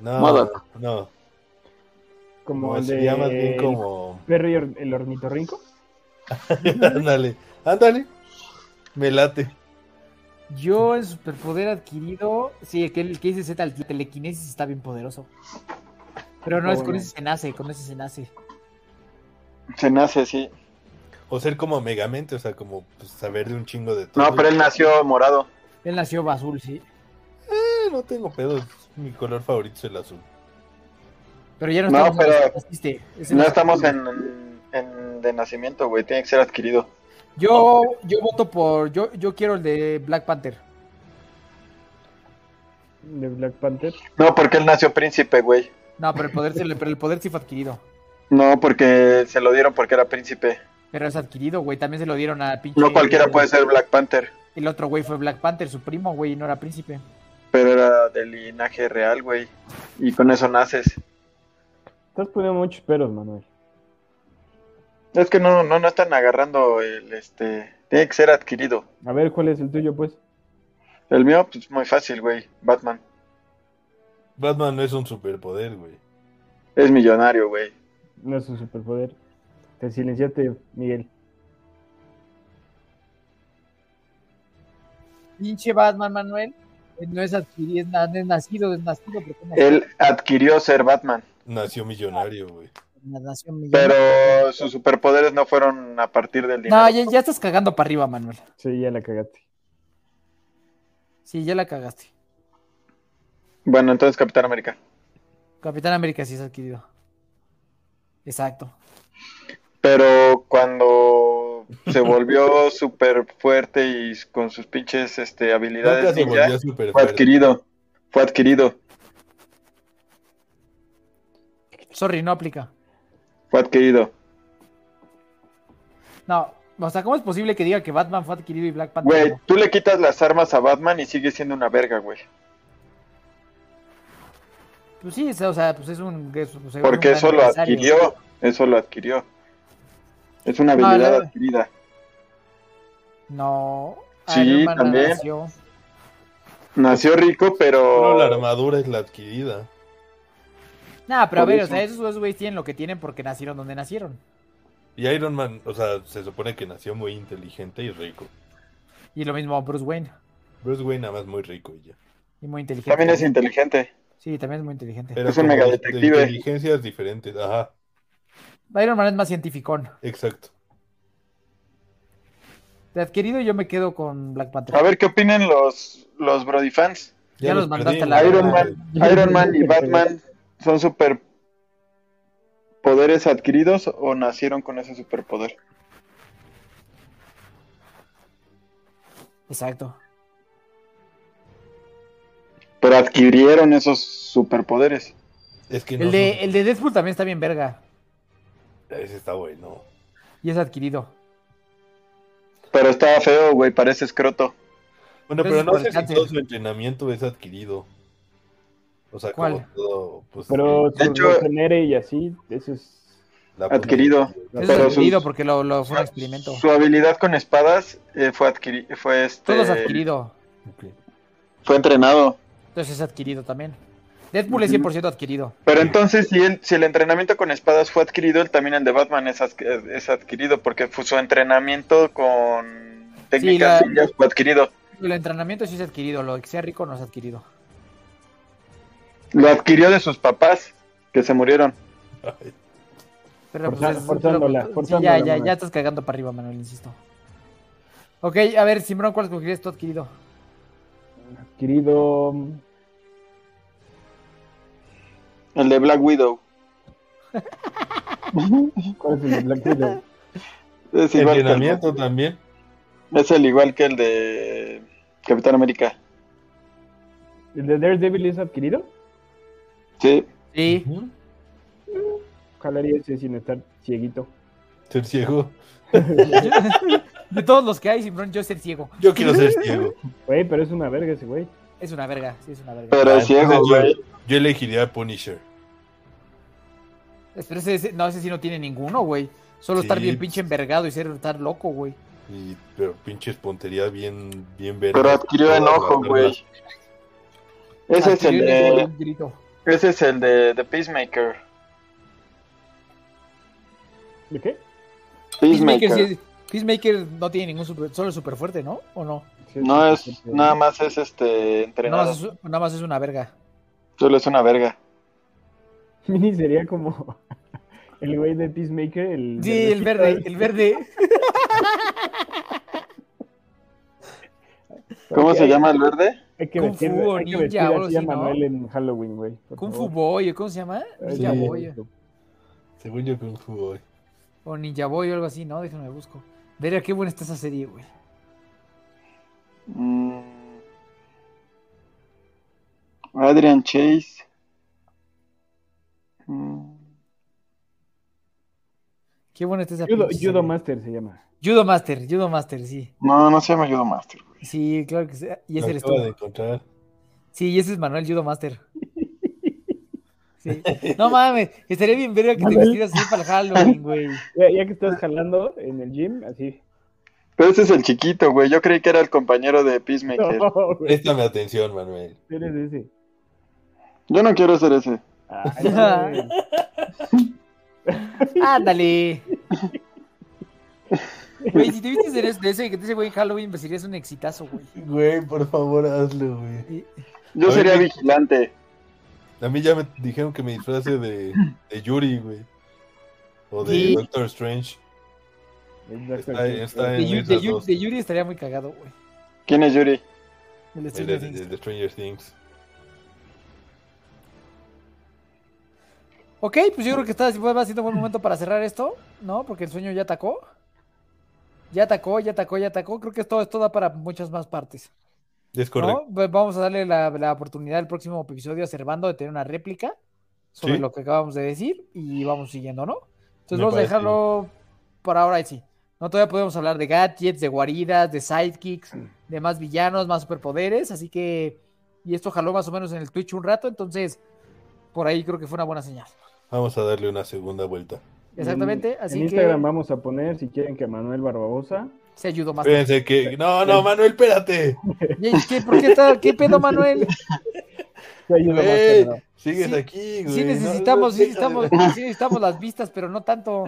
E: No,
D: Modok.
E: no.
C: Como
E: No,
C: el
E: sería
C: de...
E: más bien como.
C: perro y or- el ornitorrinco.
E: ándale, ándale. Me late.
B: Yo el superpoder adquirido, sí, el que, el que dice Z, el telequinesis está bien poderoso. Pero no
D: Oh,
C: Ah,
B: es con
C: bueno.
B: ese se nace, con ese se nace.
D: Se nace, sí.
E: O ser como Megamente, o sea, como pues, saber de un chingo de todo.
D: No, pero él nació morado.
B: Él nació azul, sí.
E: Eh, no tengo pedos. Mi color favorito es el azul.
B: Pero ya no,
D: No,
B: estamos en
D: pero
B: ese naciste, ese
D: No
B: nace.
D: estamos en, en- en- de nacimiento, güey. Tiene que ser adquirido.
B: Yo, yo voto por. Yo, yo quiero el de Black Panther.
C: De Black Panther.
D: No, porque él nació príncipe, güey.
B: No, pero el poder, se le- pero el poder sí fue adquirido.
D: No, porque se lo dieron porque era príncipe.
B: Pero es adquirido, güey. También se lo dieron a pinche.
D: No cualquiera puede ser Black Panther,
B: El otro güey fue Black Panther, su primo, güey, y no era príncipe.
D: pero era del linaje real, güey. Y con eso naces.
C: Estás poniendo muchos peros, Manuel.
D: Es que no, no, no están agarrando el este. Tiene que ser adquirido.
C: A ver, ¿cuál es el tuyo, pues?
D: El mío, pues muy fácil, güey. Batman.
E: Batman no es un superpoder, güey.
D: Es millonario, güey.
C: No es un superpoder. Te silenciaste, Miguel.
B: Pinche Batman, Manuel. Eh, No es adquirir, es, na- es nacido, es nacido, porque no
D: Él adquirió ser Batman,
E: Nació millonario, güey.
B: una nación millonaria.
D: pero sus superpoderes no fueron a partir del dinero.
B: No, ya, ya estás cagando para arriba, Manuel.
C: Sí, ya la cagaste.
B: Sí, ya la cagaste.
D: Bueno, entonces Capitán América.
B: Capitán América sí es adquirido. Exacto.
D: Pero cuando se volvió súper fuerte y con sus pinches este, habilidades
E: Nunca se
D: ninja,
E: volvió super
D: fue adquirido. Fue adquirido.
B: Sorry, no aplica.
D: Fue adquirido.
B: No, o sea, ¿cómo es posible que diga que Batman fue adquirido y Black Panther
D: Güey,
B: no?
D: tú le quitas las armas a Batman y sigue siendo una verga, güey.
B: Pues sí, o sea, pues es un... es- pues es
D: Porque
B: un
D: eso lo
B: empresario.
D: adquirió. Eso lo adquirió. Es una
B: No,
D: habilidad
B: la-
D: adquirida.
B: No.
D: Sí,
B: Iron Man
D: también.
B: nació.
D: Nació rico,
E: Solo la
D: pero.
E: armadura es la adquirida.
B: Nah, pero a
D: Por
B: ver, o
D: eso.
B: sea, esos dos güeyes tienen lo que tienen porque nacieron donde nacieron.
E: Y Iron Man, o sea, se supone que nació muy inteligente y rico.
B: Y lo mismo Bruce Wayne.
E: Bruce Wayne nada más muy rico y ya.
B: Y muy inteligente.
D: También es inteligente.
B: Sí, también es muy inteligente.
E: Era
D: Es un
E: como
D: megadetective.
E: de Inteligencias diferentes. Ajá,
B: Iron Man es más cientificón.
E: exacto.
B: De adquirido yo me quedo con Black Panther.
D: A ver qué opinen los, los Brody fans.
B: Ya los mandaste a la
E: güey.
D: Iron Man. Iron Man y Batman son super poderes adquiridos o nacieron con ese superpoder.
B: Exacto.
D: Pero adquirieron esos superpoderes.
E: Es que no
B: El de,
E: son-
B: el de Deadpool también está bien verga.
E: Ese está bueno.
B: Y es adquirido.
D: Pero estaba feo, güey, parece escroto.
E: Bueno,
B: Pero
E: pero
B: es
E: no sé si
B: importante.
E: todo su entrenamiento es adquirido. O sea,
B: ¿Cuál?
E: como todo, pues,
C: Pero
E: eh,
C: su
D: hecho-
C: regenere y así, eso es.
E: la
D: adquirido.
E: potencia.
B: Es
D: Pero
B: adquirido
D: sus-
B: porque lo, lo fue Ah, pues, un experimento.
D: Su habilidad con espadas eh, fue adquiri- fue este
B: Todo es adquirido.
E: Ok.
D: fue entrenado.
B: Entonces es adquirido también. Deadpool es
D: Ujú.
B: 100% adquirido.
D: Pero entonces si el, si el entrenamiento con espadas fue adquirido, el también el de Batman es, adqu- es adquirido porque fue su entrenamiento con técnicas
B: la-
D: ninjas fue adquirido.
B: El entrenamiento sí es adquirido. Lo que sea rico no es adquirido.
D: Lo adquirió de sus papás que se murieron.
E: Ay,
B: Pero, pues,
C: Forza-
B: es-
C: forzándola,
B: sí,
C: forzándola,
B: ya, ya,
C: Manuel.
B: ya estás cagando para arriba, Manuel, insisto. Ok, a ver, Simbrón, ¿cuál escogerías tú adquirido?
C: Adquirido.
D: El de Black Widow.
C: ¿Cuál es el de Black Widow?
D: Es igual, que el,
E: entrenamiento también.
D: es el igual que el de Capitán América.
C: ¿El de Daredevil es adquirido?
D: Sí.
B: Sí.
E: Ujú.
C: Jalaría ese sin estar cieguito.
E: Ser ciego.
B: De todos los que hay, Simbrón, yo es el ciego.
E: Yo quiero ser ciego.
C: Güey, pero es una verga ese güey.
B: Es una verga, sí, es una verga.
D: Pero
E: Ah,
D: es ciego,
E: entonces yo-
D: güey.
E: Yo elegiría a Punisher.
B: Pero ese, ese- no, ese sí no tiene ninguno, güey. Solo estar
E: Sí.
B: bien pinche envergado y ser estar loco, güey.
E: Y, pero pinches ponterías bien, bien verdes.
D: Pero adquirió
E: Todas las
D: enojo,
E: armas.
D: güey. Ese es el
B: Adquirir
D: de,
B: un grito.
D: ese es el de, de Peacemaker.
C: ¿De qué?
B: Peacemaker,
D: Peacemaker.
B: sí es- Peacemaker no tiene ningún super, solo es super fuerte, ¿no? ¿O no?
C: Sí,
D: No
C: sí,
D: es,
C: sí.
D: nada más es este
B: Nada
D: entrenado.
B: más, es, nada más es una verga.
D: Solo es una verga.
C: Mini sería como el güey de Peacemaker. El
B: Sí, el verde, el verde.
D: ¿Cómo
C: Ok,
D: se
C: hay-
D: llama el verde?
C: Hay que
B: Kung
C: vestir,
B: Fu o
C: hay que
B: ninja
C: vestir
B: o algo
C: así a
B: así, ¿no?
C: Manuel en Halloween, güey. por
B: Kung Fu
C: favor.
B: Boy, ¿o ¿cómo se llama?
C: Ay,
B: Ninja
E: sí.
B: Boy.
E: Según yo con Fu Boy.
B: O Ninja Boy o algo así, ¿no? Déjame busco. Verga, qué buena está esa serie, güey.
D: Mm. Adrian Chase. Mm.
B: Qué buena está esa
C: Judo,
B: pinche
C: Judo
B: serie.
C: Master se llama.
B: Judo Master, Judo Master, sí.
D: No, no se llama Judo Master. güey.
B: Sí, claro que sí. Y
E: Lo
B: ese eres tú.
E: acabo de encontrar.
B: Sí, y ese es Manuel Judo Master. Sí. No mames, estaría bien verga que te
C: Manuel.
B: vestieras así para el Halloween, güey.
C: Ya, ya que estás jalando en el gym, así.
D: Pero ese es el chiquito, güey. Yo creí que era el compañero de Peacemaker.
C: No, güey,
E: Préstame atención, Manuel.
C: eres ese.
D: Yo no quiero ser ese.
C: Ay, güey.
B: Ándale. Güey, si te viste de ese, de ese, de ese güey en Halloween, pues serías un exitazo, güey.
H: Güey, por favor, hazlo, güey.
D: Yo
G: A ver,
D: sería
G: ¿qué?
D: vigilante.
G: A mí ya me dijeron que me disfrace de, de Yuri, güey. O de
B: Sí.
G: Doctor Strange. Está, está
B: De,
G: en
B: Yu- de
G: esas
B: Yu-
G: dos.
B: de Yuri estaría muy cagado, güey.
D: ¿Quién es Yuri?
B: El
G: El
B: estilo
G: de,
B: de-
G: de- de Stranger Things.
B: Ok, pues yo creo que está va siendo buen momento para cerrar esto, ¿no? Porque el sueño ya atacó. Ya atacó, ya atacó, ya atacó. Creo que esto, esto da para muchas más partes.
G: Es correcto.
B: ¿no? Pues Vamos a darle la, la oportunidad el próximo episodio a Servando de tener una réplica sobre
G: Sí.
B: lo que acabamos de decir y vamos siguiendo, ¿no? Entonces
G: Me
B: vamos a
G: parece
B: dejarlo por ahora y sí. No todavía podemos hablar de gadgets, de guaridas, de sidekicks, de más villanos, más superpoderes, así que y esto jaló más o menos en el Twitch un rato, entonces por ahí creo que fue una buena señal.
G: Vamos a darle una segunda vuelta.
B: Exactamente, así
C: en
B: que
C: Instagram vamos a poner, si quieren, que Manuel Barbosa.
B: se ayudó más.
G: Fíjense que. No, no, Manuel, espérate.
B: Ey, ¿Qué, por qué está- qué pedo, Manuel?
C: Te ayudo más,
G: Güey,
C: cabrón.
G: sigues
B: Sí,
G: aquí, güey.
B: Sí
G: No,
B: necesitamos, sí
G: no, deja de-
B: necesitamos, sí necesitamos las vistas, pero no tanto.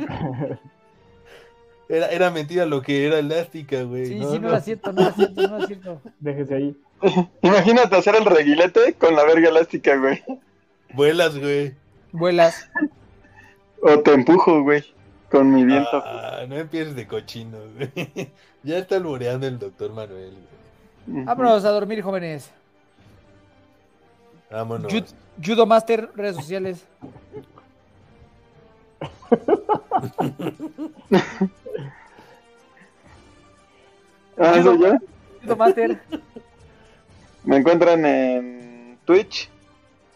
G: Era, era mentira lo que era elástica, güey.
B: Sí, sí, no era cierto, no era cierto, no era cierto.
C: Déjese ahí.
D: Imagínate hacer el reguilete con la verga elástica, güey.
G: Vuelas, güey.
B: Vuelas.
D: O te empujo, güey. Con mi viento.
G: Ah, no empieces de cochino, güey. Ya está alboreando el doctor Manuel, güey.
B: Vámonos a dormir, jóvenes.
G: Vámonos.
B: Yut- Judo Master, redes sociales.
D: Ah, ¿soy yo?
B: Judo Master,
D: Me encuentran en Twitch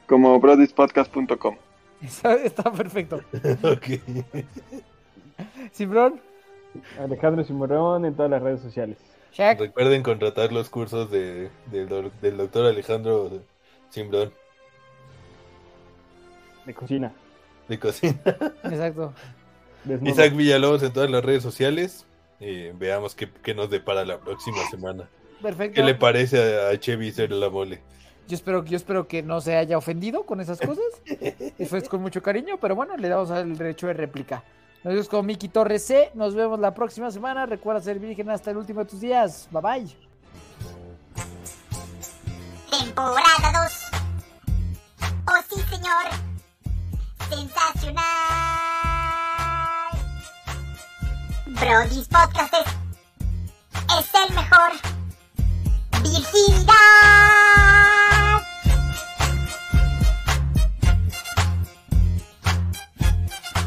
D: como brodispodcast.com.
B: está, está perfecto.
G: Ok.
B: Simbrón,
C: Alejandro Simorón en todas las redes sociales.
B: Shaq,
G: Recuerden contratar los cursos de, del, doc- del doctor Alejandro Simbrón
C: De cocina.
G: de cocina.
B: exacto.
C: Desnudo.
G: Isaac Villalobos en todas las redes sociales. Eh, veamos qué, qué nos depara la próxima semana.
B: Perfecto.
G: ¿Qué le parece a, a Chevy ser la mole?
B: Yo espero, yo espero que no se haya ofendido con esas cosas. Eso es con mucho cariño, pero bueno, le damos el derecho de réplica. Nos vemos con Miki Torres C. Nos vemos la próxima semana. Recuerda ser virgen hasta el último de tus días. Bye bye.
A: Temporada 2. Oh sí, señor. Sensacional. Brody's Podcast es, es el mejor. Virginidad.